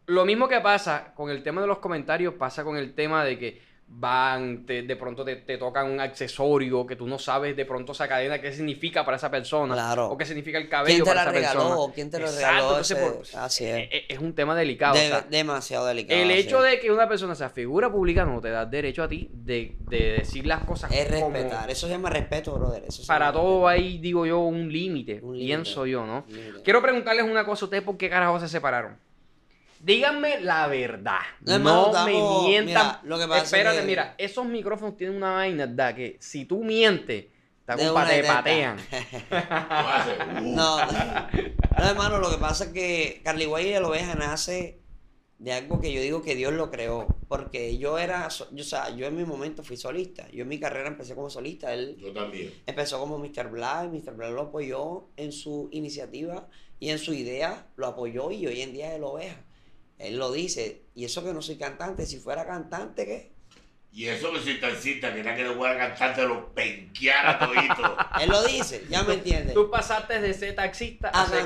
Speaker 1: lo mismo que pasa con el tema de los comentarios, pasa con el tema de que van, te- de pronto te, te tocan un accesorio que tú no sabes de pronto esa cadena qué significa para esa persona
Speaker 2: Claro.
Speaker 1: o qué significa el
Speaker 2: ¿Quién
Speaker 1: cabello
Speaker 2: te
Speaker 1: para
Speaker 2: la
Speaker 1: esa
Speaker 2: regaló?
Speaker 1: persona.
Speaker 2: ¿Quién te la
Speaker 1: Exacto,
Speaker 2: regaló?
Speaker 1: entonces,
Speaker 2: ese-
Speaker 1: por-
Speaker 2: Así
Speaker 1: e-
Speaker 2: es.
Speaker 1: e- es un tema delicado. o
Speaker 2: De-
Speaker 1: sea,
Speaker 2: demasiado delicado.
Speaker 1: el
Speaker 2: así
Speaker 1: hecho
Speaker 2: es.
Speaker 1: de que una persona sea figura pública no te da derecho a ti de, de decir las cosas
Speaker 2: Es
Speaker 1: como-
Speaker 2: respetar. Eso se llama respeto, brother. Eso se
Speaker 1: Para
Speaker 2: llama
Speaker 1: todo
Speaker 2: respeto.
Speaker 1: hay, digo yo, un límite,
Speaker 2: Un límite.
Speaker 1: pienso yo, ¿no?
Speaker 2: Límite.
Speaker 1: Quiero preguntarles una cosa a ustedes, ¿por qué carajo se separaron? Díganme la verdad. No,
Speaker 2: No, hermano,
Speaker 1: me
Speaker 2: estamos-
Speaker 1: mientan.
Speaker 2: mira, lo que pasa es
Speaker 1: Espérate,
Speaker 2: que-
Speaker 1: mira, esos micrófonos tienen una vaina, ¿verdad? Que si tú mientes, te,
Speaker 2: De
Speaker 1: compa,
Speaker 2: una
Speaker 1: te
Speaker 2: y de esta.
Speaker 1: patean.
Speaker 3: "Uh,
Speaker 2: No, no, hermano, lo que pasa es que Carly Way de la oveja nace de algo que yo digo que Dios lo creó. Porque yo era, so- yo, o sea, yo en mi momento fui solista. Yo en mi carrera empecé como solista. Él
Speaker 3: Yo también.
Speaker 2: empezó como Mr. Black, Mr. Black lo apoyó en su iniciativa y en su idea, lo apoyó y hoy en día es la oveja. Él lo dice, y eso que no soy cantante, si fuera cantante, ¿qué?
Speaker 3: Y eso que soy taxista, que era que le voy a cantar, te lo penqueara todito.
Speaker 2: Él lo dice, ya me entiendes.
Speaker 1: Tú pasaste de ser taxista a,
Speaker 2: A
Speaker 1: ser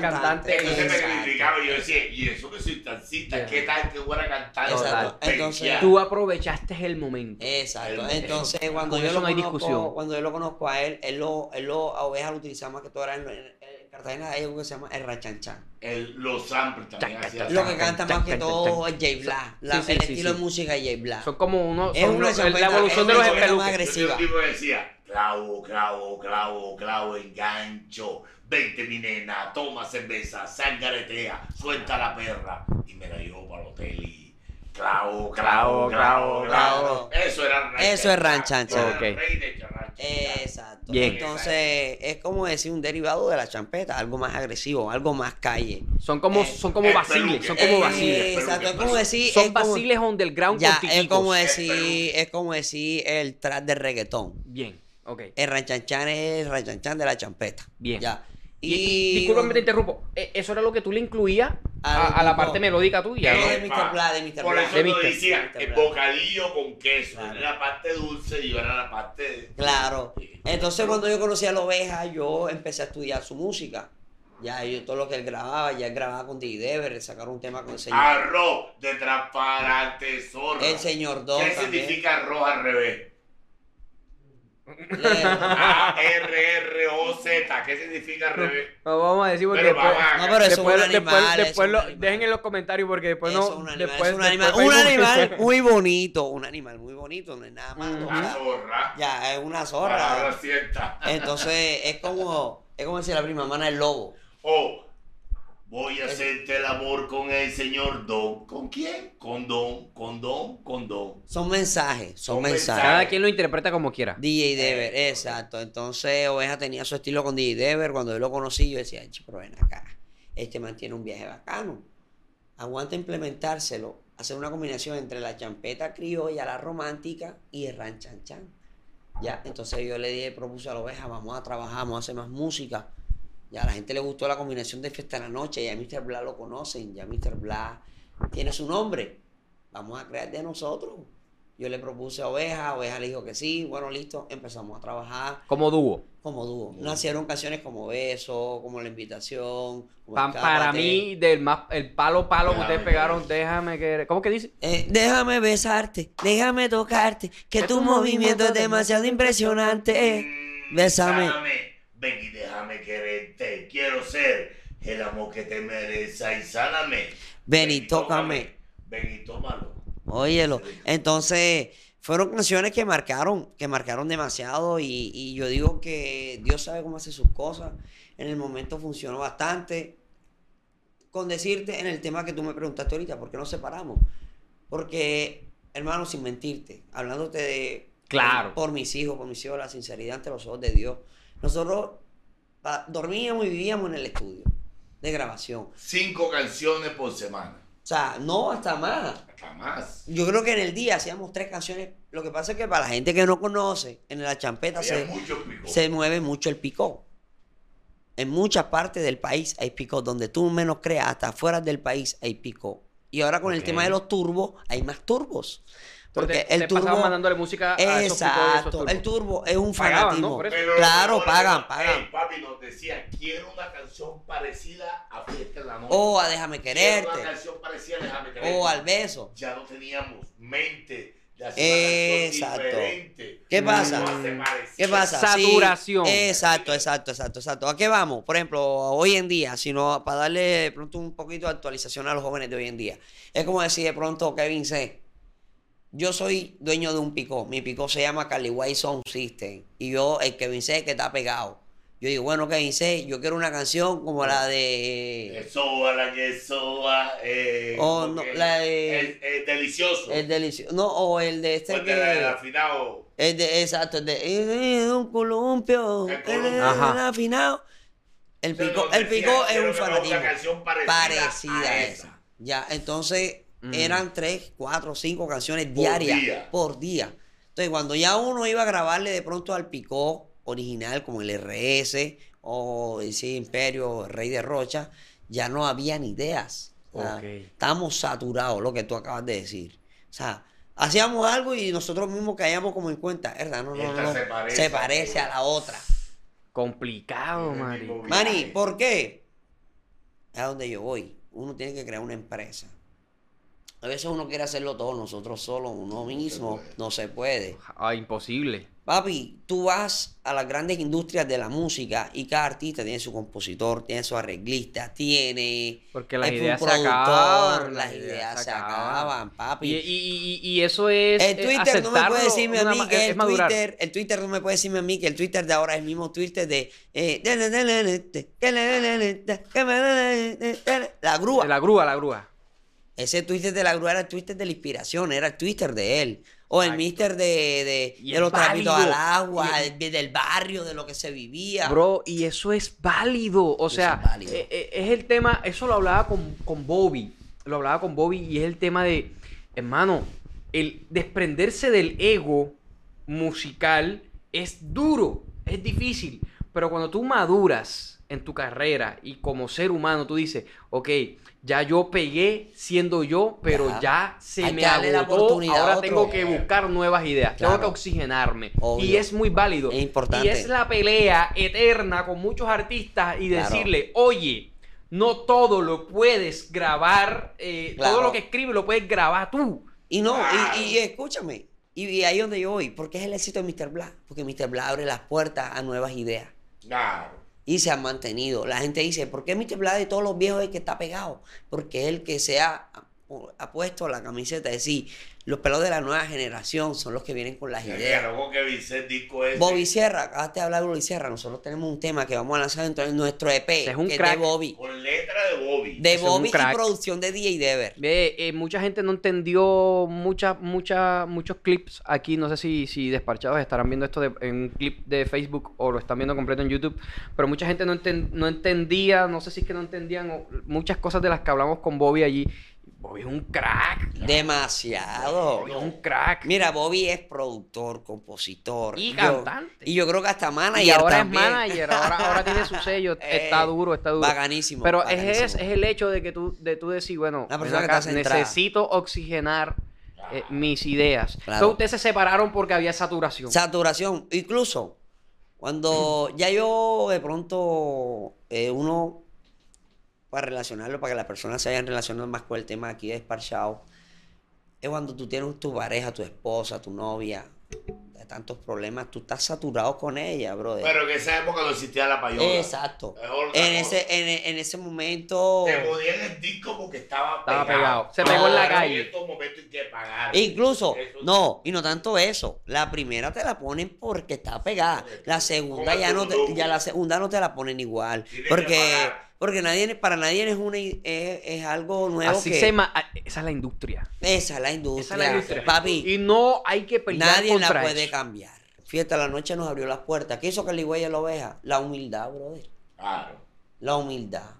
Speaker 1: cantante.
Speaker 2: cantante.
Speaker 3: Entonces
Speaker 2: Exacto.
Speaker 3: me criticaba y yo decía, y eso que soy taxista,
Speaker 1: Ya.
Speaker 3: ¿qué tal que voy a cantar?
Speaker 2: Exacto.
Speaker 3: Penquear.
Speaker 2: Entonces,
Speaker 1: Tú aprovechaste el momento.
Speaker 2: Exacto.
Speaker 3: El-
Speaker 2: Entonces, cuando
Speaker 1: con
Speaker 2: yo,
Speaker 1: eso
Speaker 2: lo
Speaker 1: no hay
Speaker 2: conozco,
Speaker 1: discusión.
Speaker 2: cuando yo lo conozco a él, él lo, él lo a oveja lo utilizaba más que todo era en, en- en Cartagena hay algo que se llama el rachanchan.
Speaker 3: El, los samples también
Speaker 1: Chan, chan,
Speaker 3: hacían
Speaker 1: chan,
Speaker 2: Lo
Speaker 3: samples.
Speaker 2: que canta
Speaker 1: Chan,
Speaker 2: más que
Speaker 1: chan, chan,
Speaker 2: todo
Speaker 1: chan.
Speaker 2: es J Bla. La-
Speaker 1: Sí, sí,
Speaker 2: el
Speaker 1: sí,
Speaker 2: estilo
Speaker 1: sí.
Speaker 2: de música de J Bla.
Speaker 1: Son como uno,
Speaker 2: Es
Speaker 1: son
Speaker 2: una
Speaker 1: los- la
Speaker 2: champeta,
Speaker 1: evolución
Speaker 2: es
Speaker 1: de los
Speaker 2: una champeta
Speaker 1: espeluques.
Speaker 2: más agresiva.
Speaker 3: Yo tenía un tipo que decía, clavo, clavo, clavo, clavo, engancho, vente mi nena, toma cerveza, sangaretea, suelta la perra. Y me la llevó para el hotel y clavo, clavo, clavo, clavo.
Speaker 2: Clavo.
Speaker 3: Eso era rancha.
Speaker 2: Eso es Eh, ranchancha.
Speaker 3: Yo era el
Speaker 1: Ok.
Speaker 3: rey de charrancha.
Speaker 2: Exacto.
Speaker 1: Bien.
Speaker 2: Entonces, es como decir un derivado de la champeta, algo más agresivo, algo más calle.
Speaker 1: Son como,
Speaker 2: Eh,
Speaker 1: son como
Speaker 3: el
Speaker 1: vaciles,
Speaker 3: peluque.
Speaker 1: son
Speaker 2: Eh,
Speaker 1: como
Speaker 3: Eh,
Speaker 1: vaciles.
Speaker 2: Exacto, es
Speaker 3: Pero que
Speaker 2: como
Speaker 3: pasó.
Speaker 2: decir. es
Speaker 1: Son
Speaker 2: como-
Speaker 1: vaciles underground
Speaker 2: Ya,
Speaker 1: con
Speaker 2: es como
Speaker 1: titicos.
Speaker 2: decir, es como decir el trap de reggaetón.
Speaker 1: Bien, ok.
Speaker 2: El ranchanchan es el ranchanchan de la champeta.
Speaker 1: Bien.
Speaker 2: Ya.
Speaker 1: Y, y- discúlpame, te interrumpo. Eh, Eso era lo que tú le incluías a,
Speaker 2: Al
Speaker 1: a la
Speaker 2: tipo.
Speaker 1: parte melódica tuya,
Speaker 2: Eh,
Speaker 1: ¿no?
Speaker 2: de Mr. Bla, de Mr.
Speaker 3: Por
Speaker 2: Bla.
Speaker 3: eso
Speaker 1: De
Speaker 3: lo
Speaker 1: Mr.
Speaker 3: decía,
Speaker 2: Mr.
Speaker 3: el
Speaker 2: Bla.
Speaker 3: bocadillo con queso.
Speaker 2: Claro.
Speaker 3: Era la parte dulce y yo era la parte...
Speaker 2: Claro. Entonces cuando yo conocí a la oveja, yo empecé a estudiar su música. Ya, yo todo lo que él grababa, ya él grababa con Diddy Dever, sacaron un tema con el
Speaker 1: Ah,
Speaker 2: señor.
Speaker 3: Arroz de transparente zorro.
Speaker 2: el señor Don
Speaker 3: ¿Qué
Speaker 2: también.
Speaker 3: significa arroz al revés?
Speaker 2: Le-
Speaker 3: A-R-R-O-Z. ¿Qué significa al revés?
Speaker 1: No, vamos a decir porque
Speaker 3: Pero
Speaker 1: después,
Speaker 3: vamos a-
Speaker 2: No, pero eso es un
Speaker 1: después,
Speaker 2: animal.
Speaker 1: después-
Speaker 2: eso es
Speaker 1: después
Speaker 2: un
Speaker 1: lo-
Speaker 2: animal.
Speaker 1: dejen en los comentarios porque después
Speaker 2: Eso
Speaker 1: Pues no.
Speaker 2: es un animal,
Speaker 1: después,
Speaker 2: es un
Speaker 1: después
Speaker 2: animal, un
Speaker 1: Facebook-
Speaker 2: animal muy bonito, un animal muy bonito, no es nada más.
Speaker 1: Ujú.
Speaker 2: o sea,
Speaker 3: Una zorra.
Speaker 2: ya, es una
Speaker 3: Palabra
Speaker 2: zorra.
Speaker 3: cierta.
Speaker 2: Entonces, es como, es como decir la prima hermana del lobo.
Speaker 3: O Oh, voy a hacerte el amor con el señor Don. ¿Con quién? Con Don, con Don, con Don.
Speaker 2: Son mensajes, son,
Speaker 3: Son
Speaker 2: mensajes.
Speaker 3: mensajes.
Speaker 1: Cada quien lo interpreta como quiera.
Speaker 2: DJ Dever, exacto. Entonces Oveja tenía su estilo con DJ Dever. Cuando yo lo conocí, yo decía, "Che, pero ven acá. Este mantiene un viaje bacano. Aguanta implementárselo. Hacer una combinación entre la champeta criolla, la romántica y el ranchanchan. Ya, entonces yo le dije, propuse a la oveja, vamos a trabajar, vamos a hacer más música. Ya a la gente le gustó la combinación de Fiesta en la Noche, ya Mr. Bla lo conocen, ya Mr. Bla tiene su nombre. Vamos a crear de nosotros. Yo le propuse a Oveja, Oveja le dijo que sí, bueno, listo, empezamos a trabajar
Speaker 1: Como dúo.
Speaker 2: como dúo. Nacieron canciones como Beso, como La Invitación, como
Speaker 1: Pan para
Speaker 2: Escápate.
Speaker 1: mí, del más, el palo palo que
Speaker 3: Déjame
Speaker 1: ustedes
Speaker 3: que-
Speaker 1: pegaron, déjame que. ¿Cómo que dice?
Speaker 2: Eh, déjame besarte, déjame tocarte, que
Speaker 1: Que
Speaker 2: tu
Speaker 1: tu
Speaker 2: movimiento es
Speaker 1: movimiento
Speaker 2: demasiado impresionante.
Speaker 3: Mm,
Speaker 2: Eh, Bésame.
Speaker 3: Ven y déjame quererte. Quiero ser el amor que te merezca y sáname.
Speaker 2: Ven y tócame.
Speaker 3: Ven y tómalo.
Speaker 2: Óyelo. Entonces, fueron canciones que marcaron, que marcaron demasiado y, y yo digo que Dios sabe cómo hace sus cosas. En el momento funcionó bastante. Con decirte en el tema que tú me preguntaste ahorita, ¿por qué nos separamos? Porque, hermano, sin mentirte, hablándote de...
Speaker 1: Claro.
Speaker 2: Por mis hijos, por mis hijos, la sinceridad ante los ojos de Dios. Nosotros pa- dormíamos y vivíamos en el estudio de grabación.
Speaker 3: Cinco canciones por semana.
Speaker 2: O sea, no hasta más.
Speaker 3: Hasta más.
Speaker 2: Yo creo que en el día hacíamos tres canciones. Lo que pasa es que para la gente que no conoce, en la champeta
Speaker 3: Había
Speaker 2: se,
Speaker 3: muchos picos.
Speaker 2: se mueve mucho el picó. En muchas partes del país hay picó. Donde tú menos creas, hasta afuera del país hay picó. Y ahora con el
Speaker 1: Ok.
Speaker 2: tema de los turbos, hay más turbos. Porque
Speaker 1: Ustedes-
Speaker 2: el
Speaker 1: ustedes pasaban
Speaker 2: turbo...
Speaker 1: mandándole música a esos picos de esos
Speaker 2: Exacto.
Speaker 1: turbos.
Speaker 2: El turbo es un
Speaker 1: Pagaban, ¿no?
Speaker 2: fanatismo.
Speaker 1: Por eso.
Speaker 3: Pero
Speaker 2: Claro,
Speaker 3: lo mejor
Speaker 2: pagan,
Speaker 3: era,
Speaker 2: pagan.
Speaker 3: "Ey, papi nos decía, quiero una canción parecida a Fiesta en la Noche.
Speaker 2: O Oh, a Déjame
Speaker 3: Quiero una
Speaker 2: Quererte.
Speaker 3: canción parecida a Déjame Quererte.
Speaker 2: O al beso.
Speaker 3: Ya no teníamos mente de hacer una
Speaker 2: Exacto.
Speaker 3: canción diferente.
Speaker 2: ¿Qué pasa?
Speaker 3: No hace parecida.
Speaker 2: ¿Qué pasa?
Speaker 1: Saturación.
Speaker 2: Sí, exacto, exacto, exacto, exacto. ¿A qué vamos? Por ejemplo, hoy en día, sino para darle de pronto un poquito de actualización a los jóvenes de hoy en día. Es como decir de pronto, Kevin C. Yo soy dueño de un picó. Mi picó se llama Caliway Sound System. Y yo, el Kevin C, que está pegado. Yo digo, bueno, Kevin C, yo quiero una canción como la de.
Speaker 3: Yesoa, la yesoa. Eh,
Speaker 2: Oh,
Speaker 3: ¿cómo
Speaker 2: no,
Speaker 3: que?
Speaker 2: la de-
Speaker 3: El, el delicioso.
Speaker 2: El delicioso. No, o el de este.
Speaker 3: Porque la del
Speaker 2: Que...
Speaker 3: afinado.
Speaker 2: El de, exacto, el de eh, un columpio,
Speaker 3: El
Speaker 2: el,
Speaker 3: columpio.
Speaker 1: Ajá.
Speaker 2: afinado. El
Speaker 3: Entonces
Speaker 2: picó,
Speaker 3: nos
Speaker 2: el
Speaker 3: decía,
Speaker 2: picó es
Speaker 3: "Quiero
Speaker 2: un
Speaker 3: que me haga
Speaker 2: fanatismo
Speaker 3: Una canción parecida,
Speaker 2: parecida
Speaker 3: a
Speaker 2: a
Speaker 3: esa.
Speaker 2: esa. Ya, entonces
Speaker 1: Mm.
Speaker 2: eran tres, cuatro, cinco canciones
Speaker 3: Por
Speaker 2: diarias
Speaker 3: día.
Speaker 2: por día. Entonces, cuando ya uno iba a grabarle de pronto al picó original, como el RS o ese Imperio, Rey de Rocha, ya no habían ideas. O sea,
Speaker 1: Ok.
Speaker 2: Estamos saturados, lo que tú acabas de decir. O sea, hacíamos algo y nosotros mismos caíamos como en cuenta, ¿verdad? No, no,
Speaker 3: Esta
Speaker 2: no.
Speaker 3: se parece.
Speaker 2: se parece a la otra.
Speaker 1: Complicado,
Speaker 3: Es el
Speaker 1: Mari.
Speaker 3: mismo
Speaker 2: Mani,
Speaker 3: viaje.
Speaker 2: ¿por qué? Es a donde yo voy. Uno tiene que crear una empresa. A veces uno quiere hacerlo todo nosotros solos, uno mismo.
Speaker 3: puede.
Speaker 2: No se puede.
Speaker 1: Ah, imposible.
Speaker 2: Papi, tú vas a las grandes industrias de la música y cada artista tiene su compositor, tiene su arreglista, tiene
Speaker 1: Porque las
Speaker 2: es un
Speaker 1: ideas se
Speaker 2: productor,
Speaker 1: acaban.
Speaker 2: las ideas se acaban, papi.
Speaker 1: Y, y- y- y eso es.
Speaker 2: el
Speaker 1: eh,
Speaker 2: Twitter no me puede
Speaker 1: aceptarlo,
Speaker 2: decirme a
Speaker 1: una
Speaker 2: mí
Speaker 1: ma-
Speaker 2: que
Speaker 1: es
Speaker 2: el
Speaker 1: madurar.
Speaker 2: Twitter, el Twitter no me puede decirme a mí que el Twitter de ahora es el mismo Twitter de eh, la grúa.
Speaker 1: La grúa, la grúa.
Speaker 2: Ese Twitter de la grúa era el Twitter de la inspiración, era el Twitter de él. O el
Speaker 1: Exacto.
Speaker 2: mister de, de,
Speaker 1: Y
Speaker 2: de
Speaker 1: es
Speaker 2: los trapitos al
Speaker 1: válido.
Speaker 2: agua,
Speaker 1: Y-
Speaker 2: de- del barrio, de lo que se vivía.
Speaker 1: Bro, y eso es válido. O
Speaker 2: Eso
Speaker 1: sea,
Speaker 2: es válido.
Speaker 1: eh, eh, es el tema. Eso lo hablaba con, con Bobby. Lo hablaba con Bobby y es el tema de, hermano, el desprenderse del ego musical es duro, es difícil. Pero cuando tú maduras en tu carrera y como ser humano, tú dices, ok, ya yo pegué siendo yo, pero
Speaker 2: Ya.
Speaker 1: ya, se
Speaker 2: Hay
Speaker 1: me
Speaker 2: que darle la
Speaker 1: agotó.
Speaker 2: oportunidad a
Speaker 1: Ahora
Speaker 2: otro.
Speaker 1: tengo que buscar nuevas ideas, tengo
Speaker 2: Claro.
Speaker 1: que oxigenarme. Y
Speaker 2: Obvio.
Speaker 1: es muy válido.
Speaker 2: Es importante.
Speaker 1: Y es la pelea eterna con muchos artistas y
Speaker 2: Claro.
Speaker 1: decirle, oye, no todo lo puedes grabar, eh, todo
Speaker 2: Claro.
Speaker 1: lo que escribes lo puedes grabar tú.
Speaker 2: Y no, y,
Speaker 3: Claro.
Speaker 2: y escúchame, y, y ahí donde yo voy, porque es el éxito de Mr. Black, porque Mr. Black abre las puertas a nuevas ideas.
Speaker 3: Claro.
Speaker 2: Y se ha mantenido. La gente dice, ¿por qué Mr. Black de todos los viejos es el que está pegado? Porque es el que se ha, ha puesto la camiseta de decir, los pelos de la nueva generación son los que vienen con las ideas.
Speaker 3: Claro, que Vicente disco ese.
Speaker 2: Bobby Sierra, acabaste de hablar de Bobby Sierra. Nosotros tenemos un tema que vamos a lanzar dentro de nuestro EP,
Speaker 1: es un
Speaker 2: que
Speaker 1: crack.
Speaker 2: es de Bobby.
Speaker 3: Con letra de Bobby.
Speaker 2: De
Speaker 1: es un
Speaker 2: Bobby y
Speaker 1: crack.
Speaker 2: producción de DJ Dever.
Speaker 1: Ve, eh, mucha gente no entendió muchas mucha, muchos clips aquí. No sé si, si despachados estarán viendo esto de- en un clip de Facebook o lo están viendo completo en YouTube. Pero mucha gente no, enten- no entendía, no sé si es que no entendían o- muchas cosas de las que hablamos con Bobby allí. Bobby es un crack.
Speaker 2: Demasiado.
Speaker 1: Bobby es un crack.
Speaker 2: Mira, Bobby es productor, compositor.
Speaker 1: Y
Speaker 2: Yo-
Speaker 1: cantante.
Speaker 2: Y yo creo que hasta manager
Speaker 1: Y ahora
Speaker 2: también.
Speaker 1: es manager, ahora, ahora tiene su sello,
Speaker 2: Eh,
Speaker 1: está duro, está duro.
Speaker 2: Bacanísimo.
Speaker 1: Pero es,
Speaker 2: bacanísimo.
Speaker 1: es, es el hecho de que tú, de tú decir, bueno,
Speaker 2: Una
Speaker 1: ven
Speaker 2: persona que
Speaker 1: acá,
Speaker 2: está centrada.
Speaker 1: necesito oxigenar eh,
Speaker 3: Ah.
Speaker 1: mis ideas.
Speaker 2: Claro.
Speaker 1: Entonces ustedes se separaron porque había saturación.
Speaker 2: Saturación. Incluso cuando ya yo de pronto eh, uno para relacionarlo, para que las personas se vayan relacionando más con el tema aquí de esparchado, es cuando tú tienes tu pareja, tu esposa, tu novia, de tantos problemas, tú estás saturado con ella, brother.
Speaker 3: Pero en esa época no existía la payola.
Speaker 2: Exacto.
Speaker 3: Es otra
Speaker 2: En
Speaker 3: cosa.
Speaker 2: ese, en, en ese momento.
Speaker 3: Te podían el disco porque estaba,
Speaker 1: Estaba pegado. Se pegó en la
Speaker 3: Claro,
Speaker 1: calle.
Speaker 3: En estos momentos hay que pagar.
Speaker 2: E Incluso,
Speaker 3: Eso-
Speaker 2: no, y no tanto eso. La primera te la ponen porque está pegada. La segunda
Speaker 3: Como
Speaker 2: ya
Speaker 3: el
Speaker 2: no te,
Speaker 3: tururuco.
Speaker 2: ya la segunda no te la ponen igual.
Speaker 3: Tienes que
Speaker 2: Porque,
Speaker 3: pagar.
Speaker 2: porque nadie, para nadie es una i- es, es algo nuevo
Speaker 1: Así
Speaker 2: que-
Speaker 1: se ma- ah, Esa es la industria.
Speaker 2: esa es la
Speaker 1: Esa
Speaker 2: industria.
Speaker 1: es la industria.
Speaker 2: Papi,
Speaker 1: Y no hay que pelear
Speaker 2: nadie la
Speaker 1: contra
Speaker 2: puede
Speaker 1: eso.
Speaker 2: cambiar. Fíjate, la noche nos abrió las puertas. ¿Qué hizo que el la oveja? La humildad, brother.
Speaker 3: Claro.
Speaker 2: La humildad.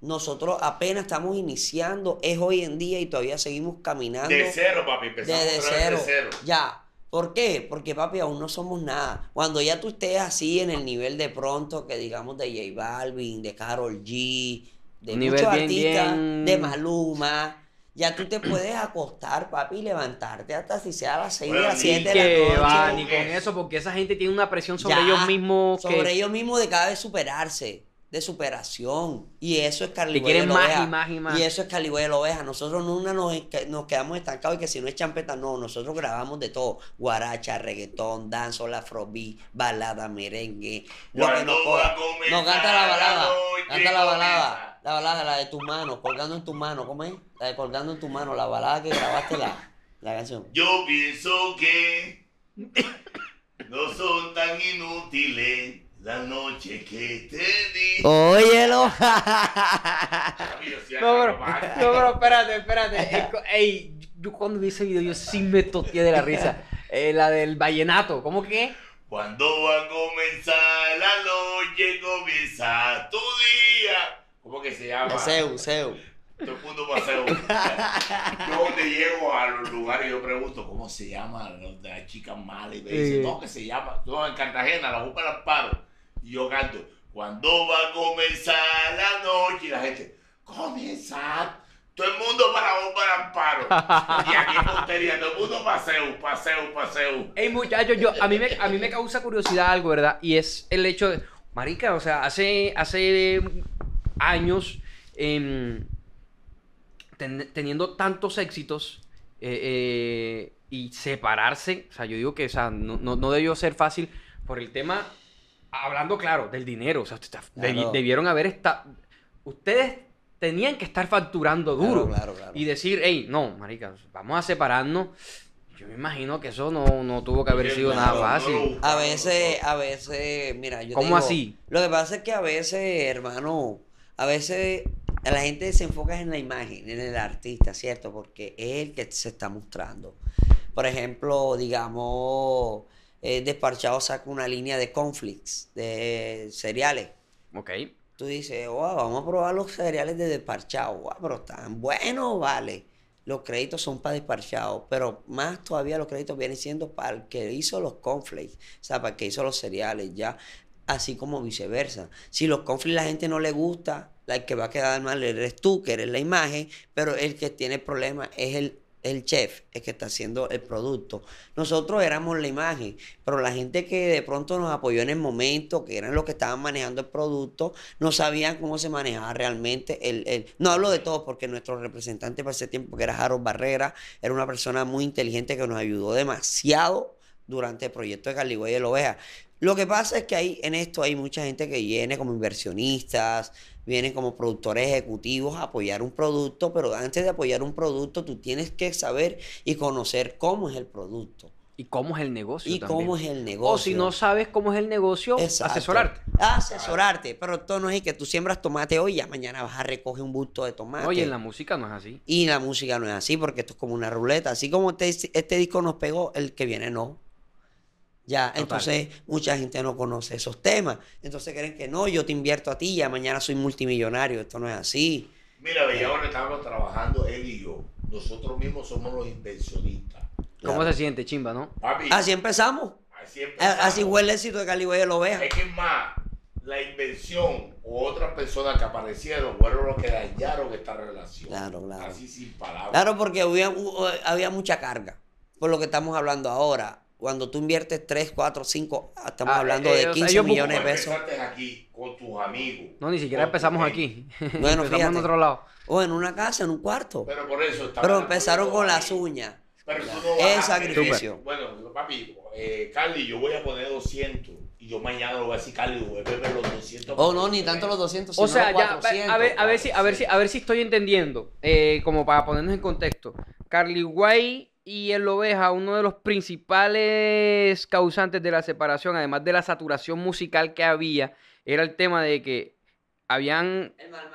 Speaker 2: Nosotros apenas estamos iniciando, es hoy en día y todavía seguimos caminando.
Speaker 3: De cero, papi. Empezamos
Speaker 2: Desde
Speaker 3: otra vez
Speaker 2: cero.
Speaker 3: de cero.
Speaker 2: Ya. ¿Por qué? Porque, papi, aún no somos nada. Cuando ya tú estés así en el nivel de pronto, que digamos de J Balvin, de Carol G, de
Speaker 1: Un nivel
Speaker 2: muchos
Speaker 1: bien,
Speaker 2: artistas,
Speaker 1: bien-
Speaker 2: de Maluma, ya tú te puedes acostar, papi, y levantarte hasta si sea a las 6 de
Speaker 3: Bueno,
Speaker 2: las 7 de
Speaker 1: Que
Speaker 2: la noche.
Speaker 1: va,
Speaker 3: noche.
Speaker 1: ni con eso, porque esa gente tiene una presión sobre
Speaker 2: Ya,
Speaker 1: ellos mismos que,
Speaker 2: Sobre ellos mismos de cada vez superarse, de superación. Y eso es Carly
Speaker 1: que quieren más y más y más.
Speaker 2: y eso es Calibre de la Oveja. Nosotros nunca nos, nos quedamos estancados y que si no es champeta, no. Nosotros grabamos de todo: guaracha, reggaetón, danzola, afrobeat, balada, merengue. Lo que
Speaker 3: Cuando
Speaker 2: nos,
Speaker 3: va
Speaker 2: coja.
Speaker 3: a comenzar
Speaker 2: No, canta la balada.
Speaker 3: noche,
Speaker 2: Canta la balada.
Speaker 3: comienza.
Speaker 2: La balada, la de tus manos, colgando en tus manos. ¿Cómo es? La de colgando en tus manos, la balada que grabaste la, la canción.
Speaker 3: Yo pienso que no son tan inútiles las noches que te di.
Speaker 2: Oh. Óyelo.
Speaker 3: Papi, yo sí
Speaker 1: No,
Speaker 3: agarro
Speaker 1: bro,
Speaker 3: más.
Speaker 1: no, bro, espérate, espérate. Es co- Ey, yo cuando vi ese video, yo sí me toteé de la risa. Eh, la del vallenato, ¿cómo que?
Speaker 3: Cuando va a comenzar la noche, comienza tu día. ¿Cómo que se llama?
Speaker 2: Seu, seu.
Speaker 3: Todo el mundo paseo. yo donde llego a los lugares, yo pregunto, ¿cómo se llama la- la chica mala? Y me
Speaker 1: Eh.
Speaker 3: dicen, no, que se llama. No, en Cartagena, la Jupa del Amparo. Y yo canto, ¿cuándo va a comenzar la noche? Y la gente, comienza. Todo el mundo para la Jupa del Amparo. Y aquí en Montería, todo el mundo paseo, paseo, paseo.
Speaker 1: Ey, muchachos, yo, a, mí me, a mí me causa curiosidad algo, ¿verdad? Y es el hecho de. Marica, o sea, hace, hace años, em, ten- teniendo tantos éxitos eh, eh, y separarse, o sea, yo digo que o sea, no, no, no debió ser fácil por el tema, hablando claro, del dinero. O sea, usted está- debi-
Speaker 2: Claro.
Speaker 1: debieron haber estado. Ustedes tenían que estar facturando
Speaker 2: Claro,
Speaker 1: duro
Speaker 2: claro, claro.
Speaker 1: y decir, hey, no, marica, vamos a separarnos. Yo me imagino que eso no, no tuvo que haber
Speaker 3: Oye,
Speaker 1: sido
Speaker 3: no,
Speaker 1: nada
Speaker 3: no lo
Speaker 1: fácil.
Speaker 3: buscaron,
Speaker 2: A veces, a veces, mira, yo te
Speaker 1: ¿Cómo
Speaker 2: digo,
Speaker 1: así?
Speaker 2: Lo que pasa es que a veces, hermano, a veces la gente se enfoca en la imagen, en el artista, ¿cierto? Porque es el que se está mostrando. Por ejemplo, digamos, eh, Desparchado saca una línea de conflicts, de eh, cereales.
Speaker 1: Ok.
Speaker 2: Tú dices, wow, vamos a probar los cereales de Desparchado. Wow, pero están buenos, vale. Los créditos son para Desparchado, pero más todavía los créditos vienen siendo para el que hizo los conflicts, o sea, para el que hizo los cereales, ya. Así como viceversa. Si los conflicts la gente no le gusta, la que va a quedar mal eres tú, que eres la imagen, pero el que tiene el problema es el, el chef, el que está haciendo el producto. Nosotros éramos la imagen, pero la gente que de pronto nos apoyó en el momento, que eran los que estaban manejando el producto, no sabían cómo se manejaba realmente el... el- No hablo de todo porque nuestro representante para ese tiempo, que era Harold Barrera, era una persona muy inteligente que nos ayudó demasiado durante el proyecto de Caligüey y el Oveja. Lo que pasa es que ahí, en esto hay mucha gente que viene como inversionistas, vienen como productores ejecutivos a apoyar un producto, pero antes de apoyar un producto tú tienes que saber y conocer cómo es el producto
Speaker 1: ¿Y cómo es el negocio?
Speaker 2: y
Speaker 1: también?
Speaker 2: cómo es el negocio.
Speaker 1: O si no sabes cómo es el negocio,
Speaker 2: Exacto.
Speaker 1: asesorarte.
Speaker 2: Asesorarte, pero esto no es que tú siembras tomate hoy y ya mañana vas a recoger un bulto de tomate.
Speaker 1: Oye, en la música no es así.
Speaker 2: Y la música no es así, porque esto es como una ruleta. Así como este, este disco nos pegó, el que viene no. Ya,
Speaker 1: Total.
Speaker 2: entonces mucha gente no conoce esos temas. Entonces creen que no, yo te invierto a ti, ya mañana soy multimillonario. Esto no es así.
Speaker 3: Mira,
Speaker 2: Eh.
Speaker 3: veía donde estábamos trabajando él y yo. Nosotros mismos somos los inversionistas.
Speaker 1: ¿Cómo
Speaker 2: Claro.
Speaker 1: se siente, chimba, no?
Speaker 3: Papi,
Speaker 2: Así empezamos.
Speaker 3: así empezamos.
Speaker 2: A- Así fue el éxito de Cali Güey de la Oveja.
Speaker 3: Es que más, la invención o otras personas que aparecieron fueron los que dañaron esta relación.
Speaker 2: Claro, claro.
Speaker 3: Así sin palabras.
Speaker 2: Claro, porque había, u- había mucha carga. Por lo que estamos hablando ahora. Cuando tú inviertes 3, 4, 5, estamos
Speaker 1: Ah,
Speaker 2: hablando
Speaker 1: eh,
Speaker 2: de
Speaker 1: o sea,
Speaker 2: 15
Speaker 1: ellos buscan-
Speaker 2: millones de pesos.
Speaker 3: Empezaste aquí con tus amigos.
Speaker 1: No, ni siquiera
Speaker 3: con tu
Speaker 1: empezamos
Speaker 3: gente.
Speaker 1: aquí.
Speaker 2: Bueno,
Speaker 1: empezamos en
Speaker 2: fíjate.
Speaker 1: otro lado.
Speaker 2: O en una casa, en un cuarto.
Speaker 3: Pero por eso estaban
Speaker 2: Pero empezaron
Speaker 3: apoyando
Speaker 2: con
Speaker 3: a
Speaker 2: las
Speaker 3: mí.
Speaker 2: uñas.
Speaker 3: Pero tú
Speaker 2: Ya.
Speaker 3: no
Speaker 2: Es
Speaker 3: vas a querer-
Speaker 2: sacrificio.
Speaker 3: Bueno, papi, eh, Carly, yo voy a poner 200. Y yo mañana lo voy a decir, Carly, voy a beber los 200.
Speaker 2: O Oh, no, ni tanto los 200, sino
Speaker 1: O sea,
Speaker 2: los
Speaker 1: ya,
Speaker 2: 400.
Speaker 1: a ver, a ver si, a ver si, a ver si estoy entendiendo. eh, como para ponernos en contexto. Carly Way y el Oveja, uno de los principales causantes de la separación, además de la saturación musical que había, era el tema de que habían.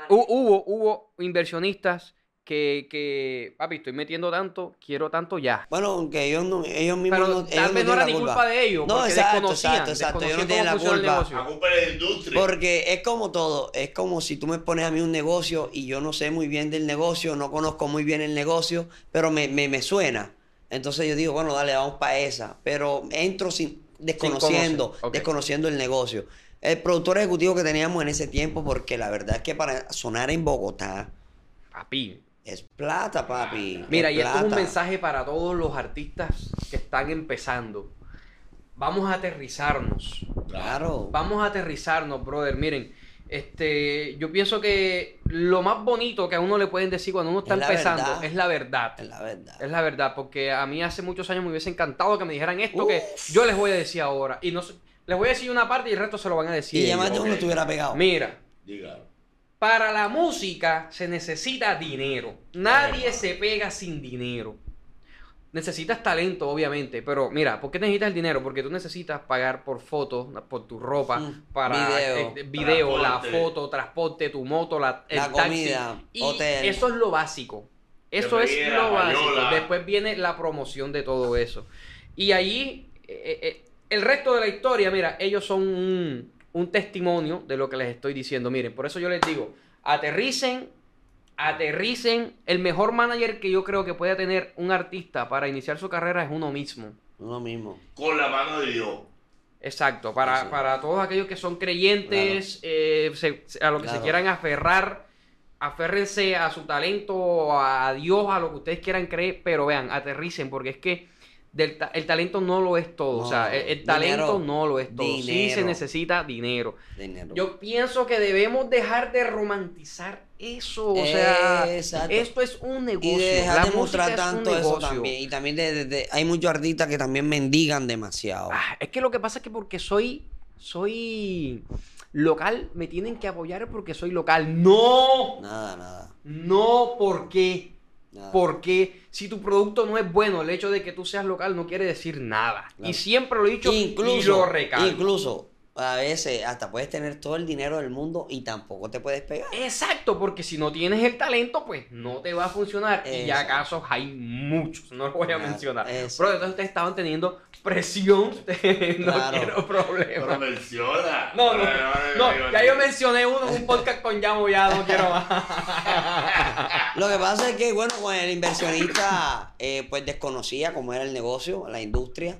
Speaker 1: hu- hubo, hubo inversionistas que, que, papi, estoy metiendo tanto, quiero tanto ya.
Speaker 2: Bueno, aunque ellos, no, ellos mismos
Speaker 1: Pero
Speaker 2: no, ellos
Speaker 1: tal vez
Speaker 2: no
Speaker 1: no
Speaker 2: tienen
Speaker 1: era
Speaker 2: la
Speaker 1: ni
Speaker 2: culpa.
Speaker 1: culpa de ellos,
Speaker 2: No,
Speaker 1: porque
Speaker 2: exacto,
Speaker 1: desconocían,
Speaker 2: exacto, exacto, ellos no
Speaker 1: desconocían
Speaker 2: tienen la
Speaker 1: cómo funciona el
Speaker 2: culpa.
Speaker 1: negocio.
Speaker 3: A culpa de la industria.
Speaker 2: Porque es como todo, es como si tú me pones a mí un negocio y yo no sé muy bien del negocio, no conozco muy bien el negocio, pero me, me, me suena. Entonces yo digo, bueno, dale, vamos para esa. Pero entro sin, desconociendo,
Speaker 1: conocer, ok.
Speaker 2: desconociendo el negocio. El productor ejecutivo que teníamos en ese tiempo, porque la verdad es que para sonar en Bogotá
Speaker 1: Papi,
Speaker 2: es plata, papi.
Speaker 1: Mira,
Speaker 2: es
Speaker 1: y esto es un
Speaker 2: plata.
Speaker 1: mensaje para todos los artistas que están empezando. Vamos a aterrizarnos.
Speaker 2: Claro.
Speaker 1: Vamos a aterrizarnos, brother. Miren, este, yo pienso que lo más bonito que a uno le pueden decir cuando uno está
Speaker 2: Es la
Speaker 1: empezando
Speaker 2: verdad.
Speaker 1: es la verdad.
Speaker 2: Es la verdad.
Speaker 1: Es la verdad, porque a mí hace muchos años me hubiese encantado que me dijeran esto
Speaker 2: Uf.
Speaker 1: que yo les voy a decir ahora. Y no sé- les voy a decir una parte y el resto se lo van a decir.
Speaker 2: y ya más
Speaker 1: ellos.
Speaker 2: de uno
Speaker 3: ok.
Speaker 2: estuviera pegado.
Speaker 1: Mira,
Speaker 3: Dígalo.
Speaker 1: para la música se necesita dinero. Nadie se pega sin dinero. Necesitas talento, obviamente, pero mira, ¿por qué necesitas el dinero? Porque tú necesitas pagar por fotos, por tu ropa,
Speaker 2: Mm,
Speaker 1: para
Speaker 2: video,
Speaker 1: eh, video, la
Speaker 3: transporte.
Speaker 1: foto, transporte, tu moto, la, el
Speaker 2: La
Speaker 1: taxi.
Speaker 2: comida,
Speaker 1: y
Speaker 2: hotel.
Speaker 1: Eso es lo básico. Eso es
Speaker 3: Después viene la
Speaker 1: lo básico.
Speaker 3: payola.
Speaker 1: Después viene la promoción de todo eso. Y allí, eh, eh, el resto de la historia, mira, ellos son un, un testimonio de lo que les estoy diciendo. Miren, por eso yo les digo, aterricen, aterricen. El mejor manager que yo creo que puede tener un artista para iniciar su carrera es uno mismo.
Speaker 2: Uno mismo.
Speaker 3: Con la mano de Dios.
Speaker 1: Exacto, para,
Speaker 2: Así es.
Speaker 1: para todos aquellos que son creyentes, eh, se- se- a lo que se
Speaker 2: Claro.
Speaker 1: quieran aferrar, aférrense a su talento, a Dios, a lo que ustedes quieran creer, pero vean, aterricen, porque es que del ta- el talento no lo es todo, o sea,
Speaker 2: No,
Speaker 1: el, el
Speaker 2: dinero.
Speaker 1: talento no lo es todo, sí se
Speaker 2: Dinero.
Speaker 1: necesita dinero.
Speaker 2: Dinero.
Speaker 1: Yo pienso que debemos dejar de romantizar eso? O sea,
Speaker 2: Exacto.
Speaker 1: esto es un negocio.
Speaker 2: Y de
Speaker 1: la
Speaker 2: dejar de
Speaker 1: música es
Speaker 2: mostrar
Speaker 1: un
Speaker 2: tanto eso
Speaker 1: negocio.
Speaker 2: también. Y también de, de- de- hay muchos artistas que también mendigan demasiado.
Speaker 1: Ah, es que lo que pasa es que porque soy, soy local, me tienen que apoyar porque soy local. No,
Speaker 2: Nada, nada.
Speaker 1: no porque,
Speaker 2: nada.
Speaker 1: porque si tu producto no es bueno, el hecho de que tú seas local no quiere decir nada.
Speaker 2: Claro.
Speaker 1: Y siempre lo he dicho y
Speaker 2: incluso,
Speaker 1: lo recalco.
Speaker 2: incluso, a veces hasta puedes tener todo el dinero del mundo y tampoco te puedes pegar.
Speaker 1: Exacto, porque si no tienes el talento, pues no te va a funcionar. Y ya
Speaker 2: Exacto.
Speaker 1: casos hay muchos, no los voy a
Speaker 2: Claro,
Speaker 1: mencionar.
Speaker 2: eso.
Speaker 1: Pero entonces ustedes estaban teniendo presión, no
Speaker 2: Claro.
Speaker 1: quiero
Speaker 3: Pero
Speaker 1: problemas.
Speaker 3: menciona.
Speaker 1: No, no,
Speaker 3: Vale, vale, vale,
Speaker 1: No,
Speaker 3: vale.
Speaker 1: ya yo mencioné uno en un podcast con Llamo, ya no quiero más.
Speaker 2: Lo que pasa es que, bueno, con el inversionista, eh, pues desconocía cómo era el negocio, la industria.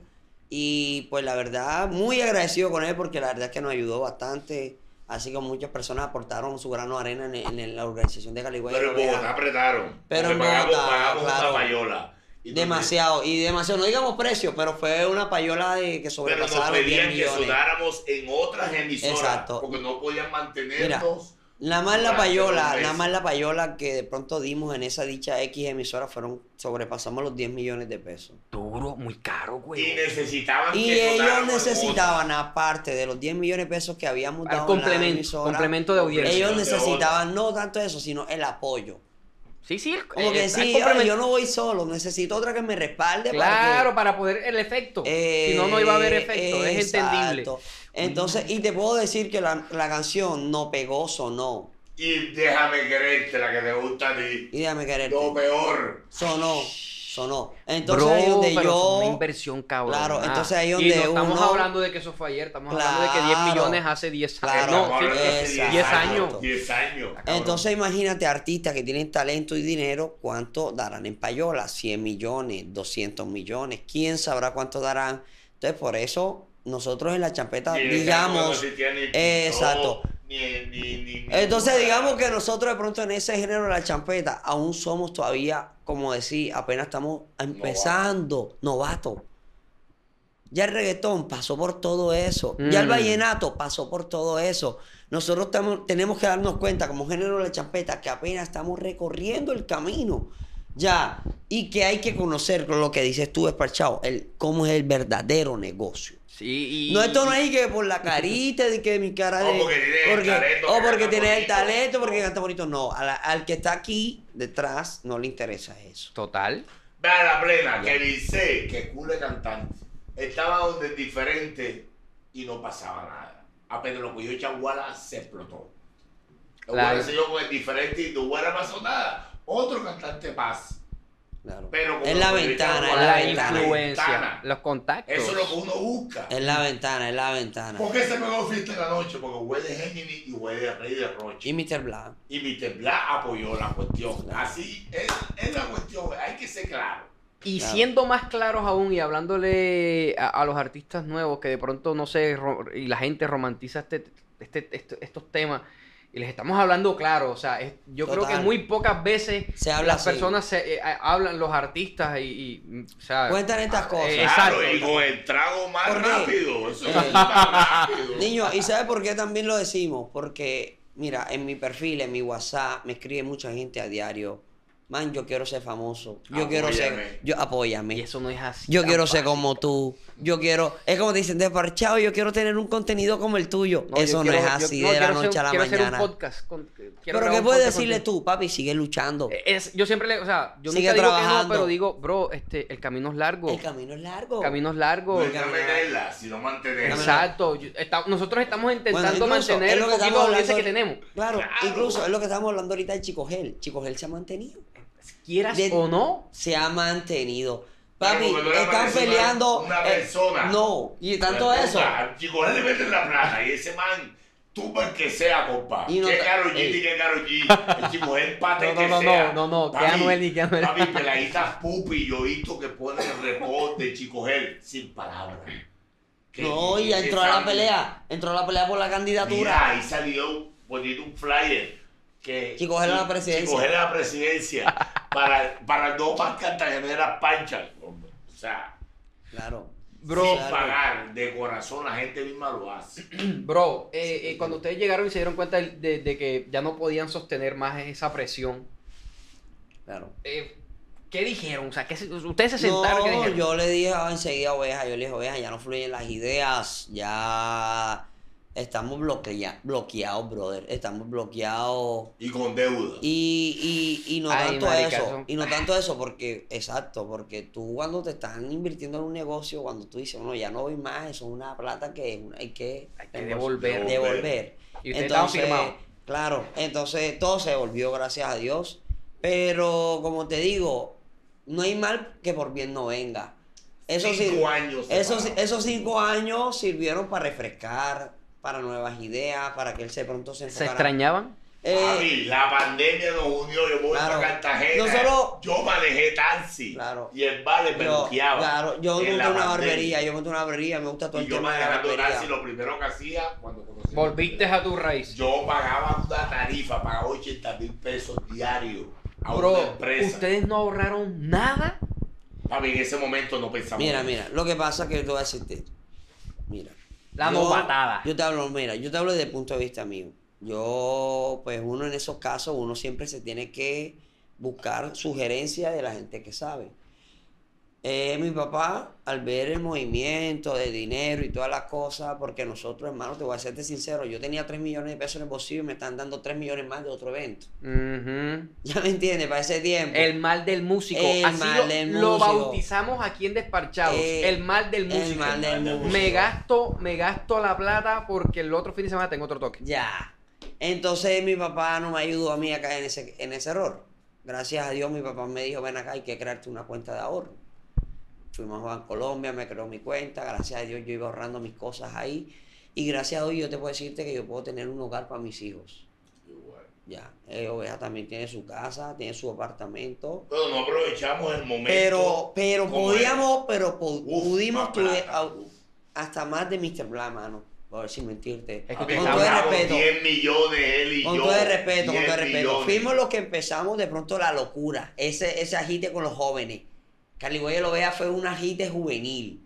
Speaker 2: Y pues la verdad, muy agradecido con él porque la verdad es que nos ayudó bastante. Así que muchas personas aportaron su grano de arena en, en la organización de Caligüey.
Speaker 3: Pero en Bogotá apretaron.
Speaker 2: Pero
Speaker 3: porque
Speaker 2: en
Speaker 3: pagamos,
Speaker 2: Bogotá,
Speaker 3: pagamos
Speaker 2: claro.
Speaker 3: una payola. Y entonces-
Speaker 2: Demasiado, y demasiado. No digamos precio, pero fue una payola de que
Speaker 3: Pero nos
Speaker 2: sobrepasaron los 10
Speaker 3: pedían que
Speaker 2: millones.
Speaker 3: sonáramos en otras emisoras.
Speaker 2: Exacto.
Speaker 3: Porque no podían mantenernos.
Speaker 2: La más la
Speaker 3: Durante un
Speaker 2: payola,
Speaker 3: mes.
Speaker 2: la más la payola que de pronto dimos en esa dicha X emisora fueron, sobrepasamos los 10 millones de pesos.
Speaker 1: Duro, muy caro,
Speaker 3: y necesitaban
Speaker 2: Y
Speaker 3: que
Speaker 2: ellos
Speaker 3: sonáramos en
Speaker 2: necesitaban, aparte de los 10 millones de pesos que habíamos
Speaker 1: Al
Speaker 2: dado en la
Speaker 1: complemento,
Speaker 2: emisora,
Speaker 1: complemento de audiencia.
Speaker 2: ellos
Speaker 3: de
Speaker 2: necesitaban no tanto eso, sino el apoyo.
Speaker 1: sí, sí,
Speaker 2: Como que
Speaker 1: eh,
Speaker 2: sí,
Speaker 1: al complemento.
Speaker 2: "Ay, yo no voy solo, necesito otra que me respalde.
Speaker 1: Claro,
Speaker 2: para
Speaker 1: para poder el efecto.
Speaker 2: que-
Speaker 1: si no, no iba a haber
Speaker 2: Eh,
Speaker 1: efecto, es
Speaker 2: exacto.
Speaker 1: entendible.
Speaker 2: Entonces, y te puedo decir que la, la canción no pegó, sonó.
Speaker 3: Y déjame quererte, la que te gusta a ti.
Speaker 2: Y déjame quererte.
Speaker 3: Lo peor.
Speaker 2: Sonó, sonó. Entonces
Speaker 1: Bro,
Speaker 2: ahí donde
Speaker 1: pero eso es una
Speaker 2: yo.
Speaker 1: inversión cabrón.
Speaker 2: Claro, entonces ahí
Speaker 1: y
Speaker 2: donde
Speaker 1: no estamos
Speaker 2: uno-
Speaker 1: hablando de que eso fue ayer, estamos hablando de que 10
Speaker 2: Claro.
Speaker 1: millones hace 10 años.
Speaker 2: Claro,
Speaker 1: no,
Speaker 3: Estamos
Speaker 1: sí,
Speaker 3: hablando de hace
Speaker 2: exacto.
Speaker 1: 10 años.
Speaker 3: 10 años.
Speaker 1: cabrón.
Speaker 2: Entonces imagínate artistas que tienen talento y dinero, ¿cuánto darán en payola? 100 millones, 200 millones, quién sabrá cuánto darán. Entonces por eso nosotros en la champeta,
Speaker 3: Y en ese tiempo no
Speaker 2: digamos,
Speaker 3: existía ni
Speaker 2: exacto.
Speaker 3: TikTok, ni- ni- ni- ni-
Speaker 2: entonces
Speaker 3: ni-
Speaker 2: digamos que nosotros de pronto en ese género de la champeta aún somos todavía, como decir, apenas estamos empezando, novato. Ya el reggaetón pasó por todo eso. Ya el
Speaker 1: Mm.
Speaker 2: vallenato pasó por todo eso. Nosotros estamos- tenemos que darnos cuenta, como género de la champeta, que apenas estamos recorriendo el camino. Ya. Y que hay que conocer lo que dices tú, Esparchado, el, cómo es el verdadero negocio.
Speaker 1: Sí, y-
Speaker 2: No, esto no es que por la carita, de que mi cara de.
Speaker 3: O porque tienes el talento,
Speaker 2: o
Speaker 3: que
Speaker 2: porque
Speaker 3: canta
Speaker 2: tienes el
Speaker 3: bonito.
Speaker 2: talento, porque canta bonito. No, a la- al que está aquí detrás no le interesa eso.
Speaker 1: Total.
Speaker 3: Ve a la plena, que dice que culo de cantante. Estaba donde diferente y no pasaba nada. Apenas lo cogió Chaguala, se explotó.
Speaker 1: Claro.
Speaker 3: Chaguala se yo con el diferente y no hubiera pasado nada. Otro cantante más.
Speaker 2: Claro.
Speaker 3: Pero como
Speaker 2: es la
Speaker 3: lo que
Speaker 2: ventana, es
Speaker 3: dice
Speaker 1: La,
Speaker 2: la
Speaker 3: Juan,
Speaker 2: ventana.
Speaker 3: influencia.
Speaker 1: influencia, los contactos.
Speaker 3: Eso es lo que uno busca.
Speaker 2: Es la ventana, es la ventana.
Speaker 3: ¿Por qué se pegó fiesta en la noche? Porque huele de Gemini y huele de Rey de Roche.
Speaker 2: Y Mr. Black.
Speaker 3: Y Mr. Black apoyó la cuestión.
Speaker 2: Claro.
Speaker 3: Así es, es la cuestión. Hay que ser claro.
Speaker 1: Y
Speaker 2: Claro.
Speaker 1: siendo más claros aún y hablándole a, a los artistas nuevos que de pronto no sé ro- y la gente romantiza este, este, esto- estos temas y les estamos hablando claro, o sea, es- yo creo que
Speaker 2: Total.
Speaker 1: muy pocas veces
Speaker 2: Se habla
Speaker 1: las
Speaker 2: así.
Speaker 1: personas se, eh, a- hablan los artistas y, y, mm, o sea,
Speaker 2: Cuentan estas
Speaker 1: ah,
Speaker 2: cosas.
Speaker 1: eh,
Speaker 3: Claro,
Speaker 1: exacto.
Speaker 3: y con el trago más
Speaker 2: ¿Por qué?
Speaker 3: rápido. Eso
Speaker 2: Eh.
Speaker 3: es rápido.
Speaker 2: Niño, ¿y sabes por qué también lo decimos? Porque, mira, en mi perfil, en mi WhatsApp, me escribe mucha gente a diario. Man, yo quiero ser famoso. Yo quiero
Speaker 3: Apóyame.
Speaker 2: ser. Yo, apóyame.
Speaker 1: Y eso no es así.
Speaker 2: Yo
Speaker 1: tan
Speaker 2: quiero ser
Speaker 1: fácil.
Speaker 2: como tú. Yo quiero. Es como te dicen, desparchado, yo quiero tener un contenido como el tuyo.
Speaker 1: No, yo
Speaker 2: Eso no
Speaker 1: quiero-
Speaker 2: es
Speaker 1: yo-
Speaker 2: así
Speaker 1: no,
Speaker 2: de la
Speaker 1: quiero ser
Speaker 2: noche
Speaker 1: un-
Speaker 2: a la
Speaker 1: quiero hacer un
Speaker 2: mañana.
Speaker 1: podcast con- quiero
Speaker 2: Pero
Speaker 1: grabar
Speaker 2: ¿qué
Speaker 1: un
Speaker 2: puedes
Speaker 1: podcast
Speaker 2: decirle
Speaker 1: contigo. Eh,
Speaker 2: tú, papi? Sigue luchando.
Speaker 1: Es- yo siempre le, o sea, yo
Speaker 2: Sigue
Speaker 1: nunca digo que no,
Speaker 2: trabajando.
Speaker 1: pero digo, bro, este, el camino es largo.
Speaker 2: El camino es largo.
Speaker 1: El camino es
Speaker 3: No
Speaker 1: largo.
Speaker 3: es meterla, sino mantenerla.
Speaker 1: Exacto. yo- está- nosotros estamos
Speaker 2: Bueno,
Speaker 1: intentando
Speaker 2: incluso,
Speaker 1: mantener
Speaker 2: es
Speaker 1: el
Speaker 2: lo que
Speaker 1: poquito de
Speaker 2: estamos
Speaker 1: audiencia que
Speaker 2: hablando-
Speaker 1: tenemos.
Speaker 2: Claro,
Speaker 3: Claro.
Speaker 2: incluso es lo que estamos hablando ahorita de Chico Gel. Chico Gel se ha mantenido.
Speaker 1: Quieras
Speaker 2: De-
Speaker 1: o no,
Speaker 2: Se ha mantenido.
Speaker 3: Pero
Speaker 2: Papi,
Speaker 3: porque no le
Speaker 2: están
Speaker 3: parece una-
Speaker 2: peleando.
Speaker 3: una
Speaker 2: eh,
Speaker 3: persona.
Speaker 2: no, y tanto
Speaker 3: Pero,
Speaker 2: eso.
Speaker 3: compa, Chico, le meten la plata y ese man. Tumba el que sea, compa.
Speaker 2: Y no
Speaker 3: que
Speaker 2: ta-
Speaker 3: Karol G,
Speaker 2: Ey.
Speaker 3: ni que Karol G. El chico es el pata
Speaker 1: No,
Speaker 3: el
Speaker 1: no,
Speaker 3: que
Speaker 1: no, no,
Speaker 3: sea.
Speaker 1: no, no, que
Speaker 3: Papi,
Speaker 1: Anuel ni que Anuel.
Speaker 3: Papi, peladitas pupi, yo he visto que pone el reporte, chico, él, sin palabras. Que-
Speaker 2: No,
Speaker 3: que-
Speaker 2: y ya
Speaker 3: que
Speaker 2: entró a la
Speaker 3: sabe.
Speaker 2: pelea. Entró a la pelea por la candidatura.
Speaker 3: Mira, ahí salió poniendo un flyer que
Speaker 2: Chico Gel a la presidencia.
Speaker 3: Chico Gel a la presidencia para, para no más cartageneras panchas. hombre. O sea,
Speaker 2: Claro.
Speaker 1: Bro,
Speaker 3: sin
Speaker 2: claro.
Speaker 3: pagar, de corazón, la gente misma lo hace.
Speaker 1: Bro, eh, eh, cuando ustedes llegaron y se dieron cuenta de, de- de que ya no podían sostener más esa presión,
Speaker 2: Claro.
Speaker 1: eh, ¿qué dijeron? O sea, ¿qué se- ustedes se sentaron ¿qué
Speaker 2: No,
Speaker 1: dijeron?
Speaker 2: yo le dije ah, enseguida oveja, yo le dije oveja, ya no fluyen las ideas, ya estamos bloquea- bloqueados, brother, estamos bloqueados.
Speaker 3: Y con deuda.
Speaker 2: Y, y, y no
Speaker 1: Ay,
Speaker 2: tanto
Speaker 1: marica,
Speaker 2: eso,
Speaker 1: eso-
Speaker 2: y no tanto eso, porque, exacto, porque tú cuando te están invirtiendo en un negocio, cuando tú dices, bueno, ya no voy más, eso es una plata que es una- hay que,
Speaker 1: Hay que devolver.
Speaker 3: Devolver.
Speaker 2: devolver.
Speaker 1: Y ustedes estaban firmados.
Speaker 2: Claro, entonces todo se volvió gracias a Dios, pero como te digo, no hay mal que por bien no venga. Eso sí, eh,
Speaker 3: Cinco años
Speaker 2: esos,
Speaker 3: separados.
Speaker 2: esos cinco años sirvieron para refrescar, para nuevas ideas, para que él se pronto se
Speaker 1: ¿Se
Speaker 2: enfocara.
Speaker 1: extrañaban?
Speaker 2: Eh,
Speaker 3: Papi, la pandemia nos unió, yo voy
Speaker 2: Claro.
Speaker 3: a Cartagena.
Speaker 2: Nosotros-
Speaker 3: Yo manejé taxi.
Speaker 2: Claro.
Speaker 3: Y el vale me
Speaker 2: Yo,
Speaker 3: bloqueaba.
Speaker 2: claro, yo
Speaker 3: en
Speaker 2: monté
Speaker 3: la
Speaker 2: una
Speaker 3: pandemia.
Speaker 2: barbería, yo monté una barbería, me gusta todo
Speaker 3: Y
Speaker 2: el
Speaker 3: yo
Speaker 2: tema de la
Speaker 3: manejando taxi,
Speaker 2: barbería.
Speaker 3: lo primero que hacía cuando conocí.
Speaker 1: Volviste a tu raíz.
Speaker 3: Yo pagaba una tarifa, pagaba 80 mil pesos diarios a una
Speaker 1: Bro,
Speaker 3: empresa.
Speaker 1: ¿ustedes no ahorraron nada?
Speaker 3: Papi, en ese momento no pensaba.
Speaker 2: Mira,
Speaker 3: en eso.
Speaker 2: mira, lo que pasa es que yo te voy a decirte, mira.
Speaker 1: La
Speaker 2: yo-
Speaker 1: novatada.
Speaker 2: Yo te hablo, mira, yo te hablo desde el punto de vista mío. Yo, pues uno en esos casos, uno siempre se tiene que buscar sugerencias de la gente que sabe. Eh, mi papá, al ver el movimiento de dinero y todas las cosas, porque nosotros, hermano, te voy a serte sincero, yo tenía 3 millones de pesos en el bolsillo y me están dando 3 millones más de otro evento.
Speaker 1: Ujú.
Speaker 2: Ya me entiendes, para ese tiempo.
Speaker 1: El mal del músico.
Speaker 2: El
Speaker 1: Así
Speaker 2: mal
Speaker 1: lo,
Speaker 2: del
Speaker 1: lo
Speaker 2: músico.
Speaker 1: bautizamos aquí en Desparchados.
Speaker 2: Eh,
Speaker 1: el mal del músico.
Speaker 2: El mal del
Speaker 3: Me
Speaker 2: músico.
Speaker 1: Me gasto, me gasto la plata porque el otro fin de semana tengo otro toque.
Speaker 2: Ya. Entonces mi papá no me ayudó a mí a caer en ese, en ese error. Gracias a Dios mi papá me dijo, ven acá, hay que crearte una cuenta de ahorro. Fuimos a Colombia, me creó mi cuenta, gracias a Dios yo iba ahorrando mis cosas ahí. Y gracias a Dios yo te puedo decirte que yo puedo tener un hogar para mis hijos.
Speaker 3: Igual.
Speaker 2: Ya. Eh, Oveja también tiene su casa, tiene su apartamento.
Speaker 3: Pero no aprovechamos el momento.
Speaker 2: Pero, pero
Speaker 3: como era.
Speaker 2: podíamos, pero pu-
Speaker 3: Uf,
Speaker 2: pudimos
Speaker 3: más
Speaker 2: tuve-
Speaker 3: plata,
Speaker 2: au-
Speaker 3: uf.
Speaker 2: hasta más de Mr. Blah, mano. Por sin mentirte.
Speaker 1: Es que
Speaker 2: Con
Speaker 3: Papi,
Speaker 1: ustedes
Speaker 2: todo el
Speaker 3: cobramos
Speaker 2: respeto.
Speaker 3: 10 millones él y
Speaker 2: Con
Speaker 3: yo.
Speaker 2: todo el respeto, con
Speaker 3: 10
Speaker 2: todo el respeto.
Speaker 3: millones.
Speaker 2: Fuimos los que empezamos de pronto la locura, ese, ese agite con los jóvenes. Caliboye lo vea fue un agite juvenil.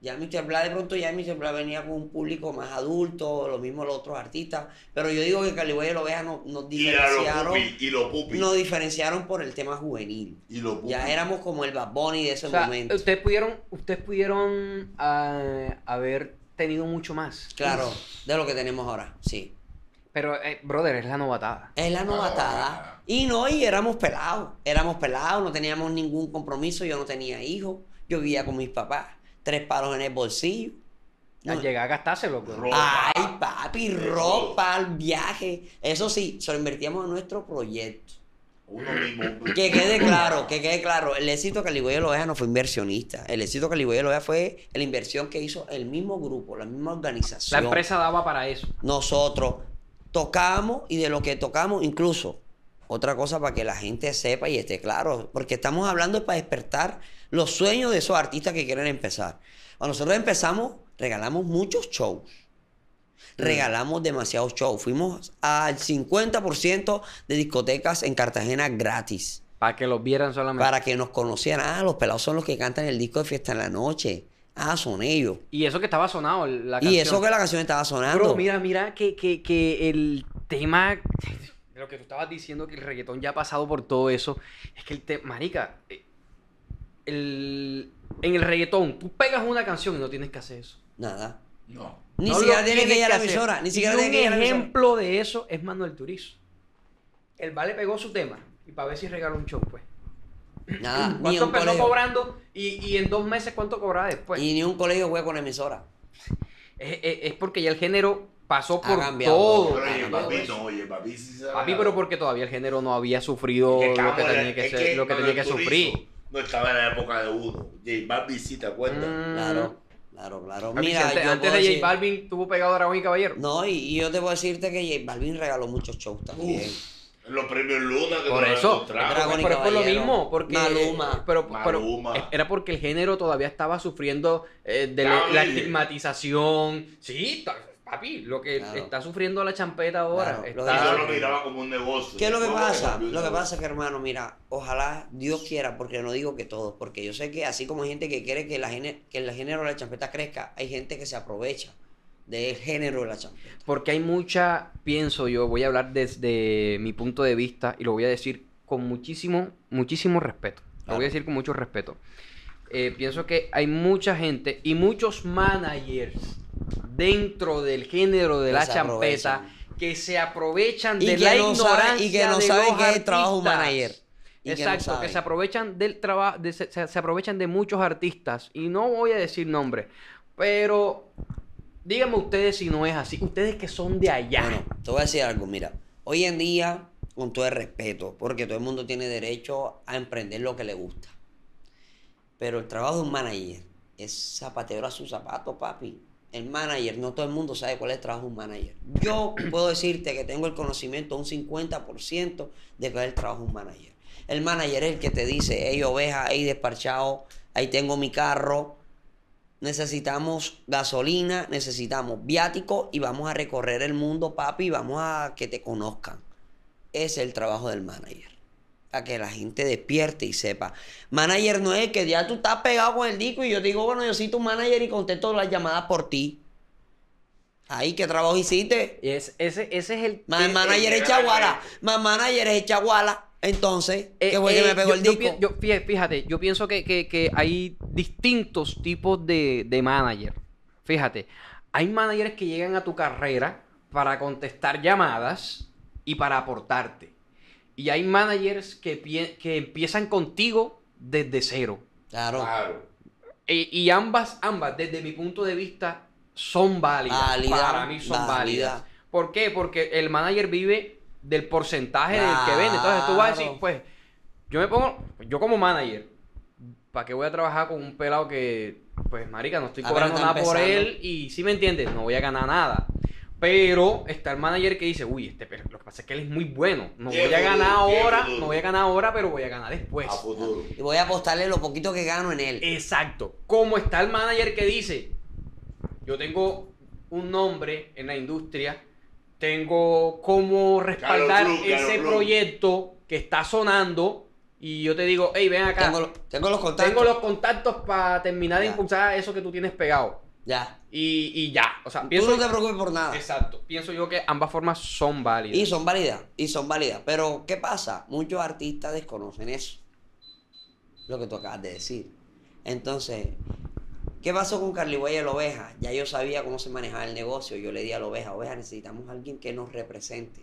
Speaker 2: Ya Mr. Bla de pronto ya Mr. Bla venía con un público más adulto, lo mismo los otros artistas. Pero yo digo que Caliboye lo vea nos, nos
Speaker 3: Y a los
Speaker 2: diferenciaron.
Speaker 3: pupi, y los pupi.
Speaker 2: Nos diferenciaron por el tema juvenil.
Speaker 3: y los pupi.
Speaker 2: Ya éramos como el Bad Bunny de ese
Speaker 1: O sea,
Speaker 2: momento.
Speaker 1: ustedes pudieron, ustedes pudieron ah, haber tenido mucho más.
Speaker 2: Claro, de lo que tenemos ahora, sí.
Speaker 1: Pero, eh, brother, es la novatada.
Speaker 2: Es la novatada. Y no, y éramos pelados. Éramos pelados, no teníamos ningún compromiso. Yo no tenía hijos. Yo vivía con mis papás. Tres palos en el bolsillo. No.
Speaker 1: Al llegar a gastárselo, bro.
Speaker 3: Ro-
Speaker 2: Ay, papi, ropa, el viaje. Eso sí, se lo invertíamos en nuestro proyecto.
Speaker 3: Uno mismo. un-
Speaker 2: Que quede claro, que quede claro. El éxito Caliboy de Loeja no fue inversionista. El éxito Caliboy de Loeja fue la inversión que hizo el mismo grupo, la misma
Speaker 1: La
Speaker 2: organización.
Speaker 1: empresa daba para eso.
Speaker 2: nosotros tocamos y de lo que tocamos incluso otra cosa para que la gente sepa y esté claro, porque estamos hablando es para despertar los sueños de esos artistas que quieren empezar. Cuando nosotros empezamos, regalamos muchos shows.
Speaker 1: Mm.
Speaker 2: Regalamos demasiados shows. Fuimos al 50% de discotecas en Cartagena gratis
Speaker 1: Para que los vieran solamente.
Speaker 2: para que nos conocieran. Ah, los pelados son los que cantan el disco de Fiesta en la Noche. Ah, son ellos.
Speaker 1: Y eso que estaba sonado, la
Speaker 2: Y
Speaker 1: canción.
Speaker 2: eso que la canción estaba sonando.
Speaker 1: Bro, mira, mira que, que, que el tema de lo que tú estabas diciendo, que el reggaetón ya ha pasado por todo eso, es que el tema, marica, eh, el, en el reggaetón, tú pegas una canción y no tienes que hacer eso.
Speaker 2: Nada.
Speaker 3: No.
Speaker 2: Ni
Speaker 1: No
Speaker 2: siquiera
Speaker 1: lo
Speaker 2: tiene que
Speaker 1: tienes
Speaker 2: ir a la
Speaker 1: hacer.
Speaker 2: emisora. Ni
Speaker 1: Y
Speaker 2: siquiera tiene que ir a la
Speaker 1: un
Speaker 2: emisora.
Speaker 1: ejemplo de eso es Manuel Turizo. El Vale pegó su tema y para ver si regaló un show, pues.
Speaker 2: Nada. Ni
Speaker 1: ¿Cuánto
Speaker 2: un
Speaker 1: empezó
Speaker 2: colegio.
Speaker 1: cobrando y, y en dos meses cuánto cobraba después?
Speaker 2: Y ni un colegio juega con emisora.
Speaker 1: Es, es- es porque ya el género pasó
Speaker 2: Ha
Speaker 1: por
Speaker 2: cambiado,
Speaker 1: todo.
Speaker 3: Pero oye,
Speaker 2: Ah,
Speaker 3: papi,
Speaker 1: Todo eso.
Speaker 3: no, oye, papi, sí se
Speaker 1: Papi, pero porque todavía el género no había sufrido
Speaker 3: Es
Speaker 1: lo
Speaker 3: estábamos
Speaker 1: que
Speaker 3: en la-
Speaker 1: tenía que,
Speaker 3: es
Speaker 1: ser- lo que tenía que
Speaker 3: Manuel
Speaker 1: sufrir.
Speaker 3: Turizo No estaba en la época de uno. J Balvin sí, ¿te acuerdas?
Speaker 1: Mm.
Speaker 2: Claro, claro, claro.
Speaker 1: Papi, si
Speaker 2: Mira,
Speaker 1: antes,
Speaker 2: yo
Speaker 1: antes
Speaker 2: puedo
Speaker 1: de J
Speaker 2: decir-
Speaker 1: Balvin tuvo pegado a Dragón y Caballero.
Speaker 2: No, y, y yo te puedo decirte que J Balvin regaló muchos shows también.
Speaker 3: Los premios Luna que
Speaker 1: Por
Speaker 3: nos
Speaker 1: eso,
Speaker 3: encontramos.
Speaker 2: Dragón y
Speaker 1: pero es por lo
Speaker 2: Caballero.
Speaker 1: mismo, porque
Speaker 2: Maluma.
Speaker 1: Pero, pero-
Speaker 3: Maluma.
Speaker 1: era porque el género todavía estaba sufriendo eh, de lo-
Speaker 3: Estaba
Speaker 1: la
Speaker 3: libre.
Speaker 1: estigmatización. Sí, ta- Papi, lo que
Speaker 2: Claro.
Speaker 1: está sufriendo la champeta ahora.
Speaker 2: Claro, lo
Speaker 1: está-
Speaker 2: que-
Speaker 3: Yo lo miraba como un negocio.
Speaker 2: ¿Qué es lo que
Speaker 3: Yo,
Speaker 2: pasa?
Speaker 3: yo, yo,
Speaker 2: Lo que
Speaker 3: yo,
Speaker 2: pasa es que, hermano, mira, ojalá Dios quiera, porque no digo que todos, porque yo sé que así como hay gente que quiere que, la gene- que el género de la champeta crezca, hay gente que se aprovecha del género de la champeta.
Speaker 1: Porque hay mucha, pienso yo, voy a hablar desde mi punto de vista y lo voy a decir con muchísimo, muchísimo respeto. Lo
Speaker 2: Claro.
Speaker 1: voy a decir con mucho respeto. Eh, pienso que hay mucha gente y muchos managers dentro del género de
Speaker 2: Que
Speaker 1: la
Speaker 2: se
Speaker 1: champeta
Speaker 2: aprovechan.
Speaker 1: que se aprovechan
Speaker 2: Y
Speaker 1: de
Speaker 2: que
Speaker 1: la
Speaker 2: no saben-
Speaker 1: ignorancia
Speaker 2: y que no
Speaker 1: de
Speaker 2: saben
Speaker 1: los
Speaker 2: qué es el trabajo de un
Speaker 1: artistas.
Speaker 2: manager. Y que no
Speaker 1: Exacto, que,
Speaker 2: saben.
Speaker 1: se aprovechan del trabajo, de- se, se- se aprovechan de muchos artistas y no voy a decir nombres, pero díganme ustedes si no es así, ustedes que son de allá.
Speaker 2: Bueno, te voy a decir algo, mira, hoy en día, con todo el respeto, porque todo el mundo tiene derecho a emprender lo que le gusta. Pero el trabajo de un manager es zapatero a su zapato, papi. El manager, no todo el mundo sabe cuál es el trabajo de un manager. Yo puedo decirte que tengo el conocimiento un 50% de cuál es el trabajo de un manager. El manager es el que te dice, hey oveja, hey desparchado, ahí tengo mi carro, necesitamos gasolina, necesitamos viático y vamos a recorrer el mundo, papi, y vamos a que te conozcan. Ese es el trabajo del manager. Para que la gente despierte y sepa. Manager no es que ya tú estás pegado con el disco y yo te digo, bueno, yo soy tu manager y contesto las llamadas por ti. Ahí, ¿qué trabajo hiciste?
Speaker 1: Y es, ese, ese es el...
Speaker 2: My
Speaker 1: eh,
Speaker 2: manager es chaguala. My manager es chaguala. Entonces,
Speaker 1: eh,
Speaker 2: ¿qué fue que
Speaker 1: eh,
Speaker 2: me pegó
Speaker 1: yo-
Speaker 2: el
Speaker 1: yo
Speaker 2: disco?
Speaker 1: pi- yo- fí- fíjate, yo pienso que, que- que hay distintos tipos de, de manager. Fíjate, hay managers que llegan a tu carrera para contestar llamadas y para aportarte. Y hay managers que, pie- que empiezan contigo desde cero.
Speaker 2: Claro.
Speaker 3: Claro.
Speaker 1: E- y ambas, ambas, desde mi punto de vista, son válidas.
Speaker 2: Válida,
Speaker 1: para mí son
Speaker 2: válida.
Speaker 1: válidas. ¿Por qué? Porque el manager vive del porcentaje del que vende. Entonces tú vas a decir,
Speaker 2: Claro.
Speaker 1: pues, yo me pongo, yo como manager, ¿para qué voy a trabajar con un pelado que, pues, marica, no estoy
Speaker 2: Apenas
Speaker 1: cobrando
Speaker 2: está
Speaker 1: nada por
Speaker 2: empezando.
Speaker 1: él y si me entiendes, no voy a ganar nada. Pero está el manager que dice, uy, este, pe- lo que pasa es que él es muy bueno. No
Speaker 3: Qué
Speaker 1: voy a ganar
Speaker 3: duro,
Speaker 1: ahora,
Speaker 3: qué duro. Ah, pues,
Speaker 1: no voy a ganar ahora, pero voy a ganar después.
Speaker 3: A futuro.
Speaker 2: Y voy a apostarle lo poquito que gano en él.
Speaker 1: Exacto. Como está el manager que dice, yo tengo un nombre en la industria, tengo cómo respaldar
Speaker 3: Blue, Carol
Speaker 1: ese
Speaker 3: Blue.
Speaker 1: proyecto que está sonando y yo te digo, hey, ven acá,
Speaker 2: Tengo,
Speaker 1: tengo,
Speaker 2: lo- tengo los contactos.
Speaker 1: los contactos para terminar de
Speaker 2: Ya.
Speaker 1: impulsar eso que tú tienes pegado.
Speaker 2: Ya.
Speaker 1: Y, y ya, o sea,
Speaker 2: Tú
Speaker 1: pienso,
Speaker 2: no te preocupes por nada.
Speaker 1: exacto, pienso yo que ambas formas son válidas.
Speaker 2: Y son válidas, y son válidas. Pero, ¿qué pasa? Muchos artistas desconocen eso. Lo que tú acabas de decir. Entonces, ¿qué pasó con Carly Way y la oveja? Ya yo sabía cómo se manejaba el negocio. Yo le di a la oveja, oveja, necesitamos a alguien que nos represente.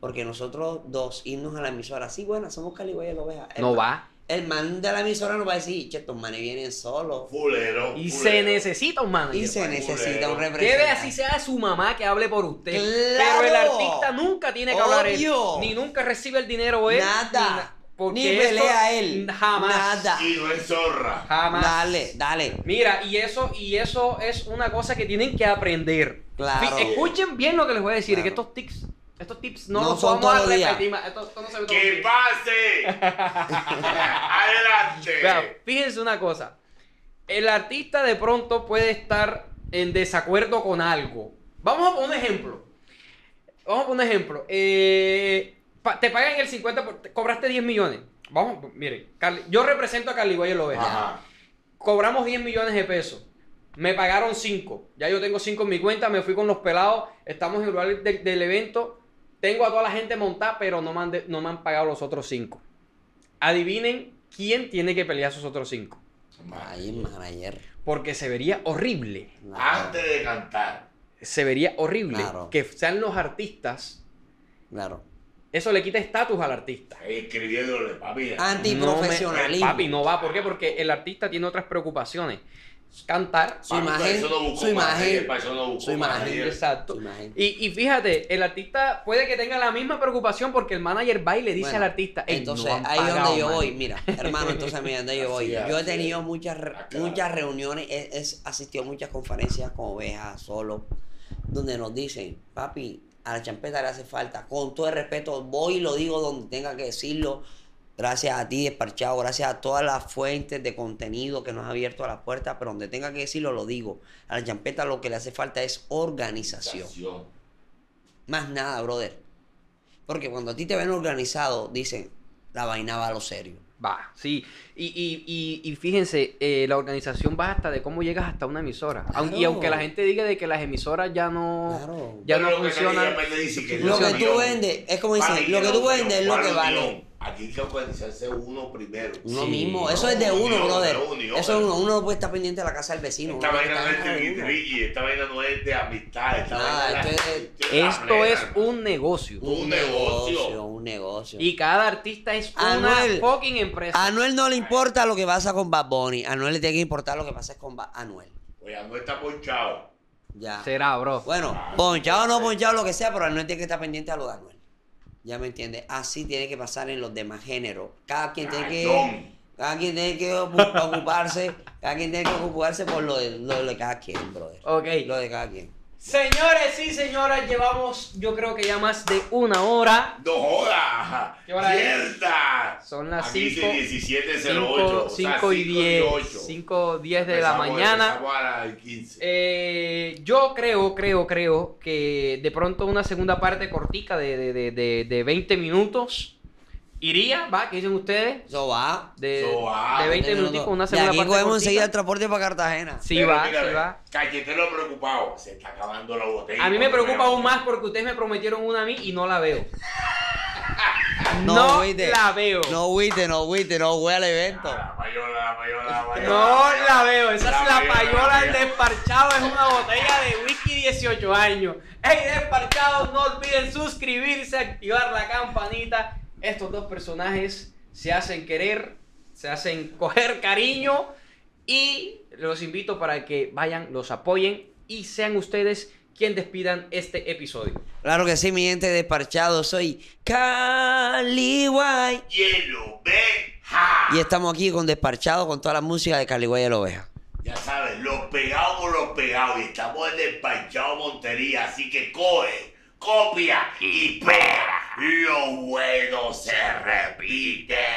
Speaker 2: Porque nosotros dos, irnos a la emisora, sí, bueno, somos Carly Way y la oveja. El
Speaker 1: no
Speaker 2: ma-
Speaker 1: va.
Speaker 2: El man de la emisora nos va a decir, che, estos manes vienen solos.
Speaker 3: Fulero.
Speaker 1: Y se
Speaker 3: fulero.
Speaker 1: necesita un manager.
Speaker 2: Y se
Speaker 1: para eso.
Speaker 2: necesita un
Speaker 3: Culero.
Speaker 1: Debe
Speaker 2: representante.
Speaker 1: así sea su mamá que hable por usted.
Speaker 2: ¡Claro!
Speaker 1: Pero el artista nunca tiene que hablar él.
Speaker 2: ¡Obvio!
Speaker 1: Ni nunca recibe el dinero él. ni na-
Speaker 2: Nada.
Speaker 1: porque
Speaker 2: Ni
Speaker 1: eso
Speaker 2: pelea él.
Speaker 1: Jamás.
Speaker 2: Nada.
Speaker 3: Y no es zorra.
Speaker 1: Jamás.
Speaker 2: Dale, dale.
Speaker 1: Mira, y eso, y eso es una cosa que tienen que aprender.
Speaker 2: Claro.
Speaker 1: Fi- Escuchen bien lo que les voy a decir,
Speaker 2: Claro.
Speaker 1: que estos tips, estos tips no,
Speaker 2: No
Speaker 1: los
Speaker 2: son
Speaker 1: vamos a
Speaker 2: todos los días.
Speaker 1: repetir más. Esto, esto no se ve todos los
Speaker 3: ¡Que
Speaker 1: días.
Speaker 3: pase! Adelante.
Speaker 1: Vean, fíjense una cosa. El artista de pronto puede estar en desacuerdo con algo. Vamos a poner un ejemplo. Vamos a poner un ejemplo. Eh, pa- te pagan el 50%, por- te cobraste 10 millones. Vamos, miren, Carli- yo represento a Carly Guayo Loveja.
Speaker 3: Ajá.
Speaker 1: Cobramos 10 millones de pesos. Me pagaron 5. Ya yo tengo 5 en mi cuenta, me fui con los pelados, estamos en el lugar del- del evento. Tengo a toda la gente montada, pero no me han, de- no me han pagado los otros 5. Adivinen quién tiene que pelear esos otros 5.
Speaker 2: Ay, manager.
Speaker 1: Porque se vería horrible. Ah.
Speaker 2: Claro,
Speaker 3: Antes de cantar.
Speaker 1: Se vería horrible
Speaker 2: Claro.
Speaker 1: que sean los artistas.
Speaker 2: claro.
Speaker 1: Eso le quita estatus al artista.
Speaker 3: Escribiéndole, papi.
Speaker 2: Antiprofesionalismo.
Speaker 1: No me- eh, papi, no va. ¿Por qué? Porque el artista tiene otras preocupaciones. Cantar.
Speaker 2: Su
Speaker 3: Papi, para
Speaker 2: imagen,
Speaker 3: eso no buscó
Speaker 2: su
Speaker 3: manager,
Speaker 2: imagen,
Speaker 3: para eso no buscó
Speaker 2: su imagen.
Speaker 3: manager.
Speaker 1: Exacto.
Speaker 2: Tu imagen.
Speaker 1: Y, y fíjate, el artista puede que tenga la misma preocupación porque el manager va y le dice
Speaker 2: Bueno,
Speaker 1: al artista. "Ey,
Speaker 2: Entonces,
Speaker 1: no han
Speaker 2: ahí es
Speaker 1: pagado,
Speaker 2: donde yo
Speaker 1: man".
Speaker 2: voy, mira, hermano, entonces mira donde yo voy.
Speaker 3: Así es,
Speaker 2: Yo he
Speaker 3: así
Speaker 2: tenido
Speaker 3: es.
Speaker 2: muchas re-
Speaker 3: Acá.
Speaker 2: muchas reuniones, he, he asistido a muchas conferencias con ovejas, solo, donde nos dicen, papi, a la champeta le hace falta, con todo el respeto, voy y lo digo donde tenga que decirlo, Gracias a ti, Desparchado, gracias a todas las fuentes de contenido que nos ha abierto a las puertas, pero donde tenga que decirlo, lo digo. A la champeta lo que le hace falta es organización.
Speaker 3: Organización.
Speaker 2: Más nada, brother. Porque cuando a ti te ven organizado, dicen, la vaina va a lo serio.
Speaker 1: Va, sí. Y, y, y, y fíjense, eh, la organización va hasta de cómo llegas hasta una emisora. Aun- y
Speaker 2: Claro.
Speaker 1: aunque la gente diga de que las emisoras ya no,
Speaker 2: Claro.
Speaker 1: ya
Speaker 3: Pero
Speaker 1: no
Speaker 3: lo que nadie
Speaker 1: funcionan.
Speaker 3: me pues, le dice que
Speaker 2: Lo
Speaker 3: no
Speaker 2: que
Speaker 3: sea
Speaker 2: tú
Speaker 3: mío.
Speaker 2: vendes, es como dicen,
Speaker 3: Vale,
Speaker 2: lo que tú
Speaker 3: no,
Speaker 2: vendes es lo
Speaker 3: ¿cuál
Speaker 2: que
Speaker 3: es
Speaker 2: vale.
Speaker 3: mío? Aquí hay que organizarse uno primero.
Speaker 2: Uno
Speaker 1: Sí.
Speaker 2: mismo, eso es de uno,
Speaker 3: Unión,
Speaker 2: brother.
Speaker 3: pero unión,
Speaker 2: eso es
Speaker 3: pero-
Speaker 2: uno, uno no puede estar pendiente de la casa del vecino.
Speaker 3: Esta
Speaker 2: uno
Speaker 3: vaina
Speaker 2: está
Speaker 3: no es de
Speaker 2: en uno.
Speaker 3: guitrille, esta vaina no es de amistad, esta
Speaker 2: Nada,
Speaker 3: vaina
Speaker 2: esto es-
Speaker 1: este Esto es un negocio.
Speaker 3: Un negocio.
Speaker 2: Un negocio.
Speaker 1: Y cada artista es
Speaker 2: Anuel.
Speaker 1: una fucking empresa.
Speaker 2: a Anuel no le importa lo que pasa con Bad Bunny. A Anuel le tiene que importar lo que pasa con Ba- Anuel.
Speaker 3: Oye, no está ponchado.
Speaker 2: Ya.
Speaker 1: Será, bro.
Speaker 2: Bueno,
Speaker 3: Ah,
Speaker 2: ponchado o no ponchado, lo que sea, pero Anuel tiene que estar pendiente a lo de Anuel. ¿Ya me entiendes? Así tiene que pasar en los demás géneros. Cada quien tiene que.
Speaker 3: Cañón.
Speaker 2: Cada quien tiene que ocu- ocuparse. cada quien tiene que ocuparse por lo de, lo de cada quien, brother.
Speaker 1: Ok.
Speaker 2: Lo de cada quien.
Speaker 1: Señores y señoras, llevamos yo creo que ya más de una hora.
Speaker 3: ¡No joda!
Speaker 1: ¿Qué hora es?
Speaker 3: ¡Mierda!
Speaker 1: Son las
Speaker 3: Aquí dice
Speaker 1: cinco-
Speaker 3: 1708.
Speaker 1: 5,
Speaker 3: o sea,
Speaker 1: y 10. 5, 10 de la
Speaker 3: Empezamos-
Speaker 1: mañana.
Speaker 3: empezamos a las 15.
Speaker 1: Eh, yo creo, creo, creo que de pronto una segunda parte cortica de, de, de, de, de 20 minutos iría, ¿va? ¿Qué dicen ustedes?
Speaker 2: Eso va.
Speaker 1: De,
Speaker 3: Eso va,
Speaker 1: de 20 minutos, una
Speaker 2: De
Speaker 1: segunda
Speaker 2: aquí
Speaker 1: parte
Speaker 2: cogemos
Speaker 1: cortica.
Speaker 2: enseguida el transporte para Cartagena.
Speaker 1: Sí
Speaker 3: Pero
Speaker 1: va,
Speaker 3: mira,
Speaker 1: sí
Speaker 3: ve,
Speaker 1: va.
Speaker 3: Cachetero preocupado. Se está acabando la botella.
Speaker 1: A mí me preocupa aún
Speaker 3: más
Speaker 1: más porque ustedes me prometieron una a mí y no la veo. No,
Speaker 2: No, huiste.
Speaker 1: la veo.
Speaker 2: No huiste, no huiste, no voy al evento.
Speaker 3: La payola, la payola, la payola.
Speaker 1: No la veo, esa es la
Speaker 3: payola,
Speaker 1: payola del
Speaker 3: payola.
Speaker 1: desparchado, es una botella de whisky 18 años. Hey, desparchados, no olviden suscribirse, activar la campanita. Estos dos personajes se hacen querer, se hacen coger cariño y los invito para que vayan, los apoyen y sean ustedes quien despidan este episodio.
Speaker 2: Claro que sí, mi gente desparchado, soy Caliway.
Speaker 3: Hielo, ve, ja.
Speaker 2: Y estamos aquí con Desparchado con toda la música de Caliway y la oveja.
Speaker 3: Ya sabes, los pegados con los pegados. Y estamos en despachado Montería. Así que coge, copia y pega. Lo bueno se repite.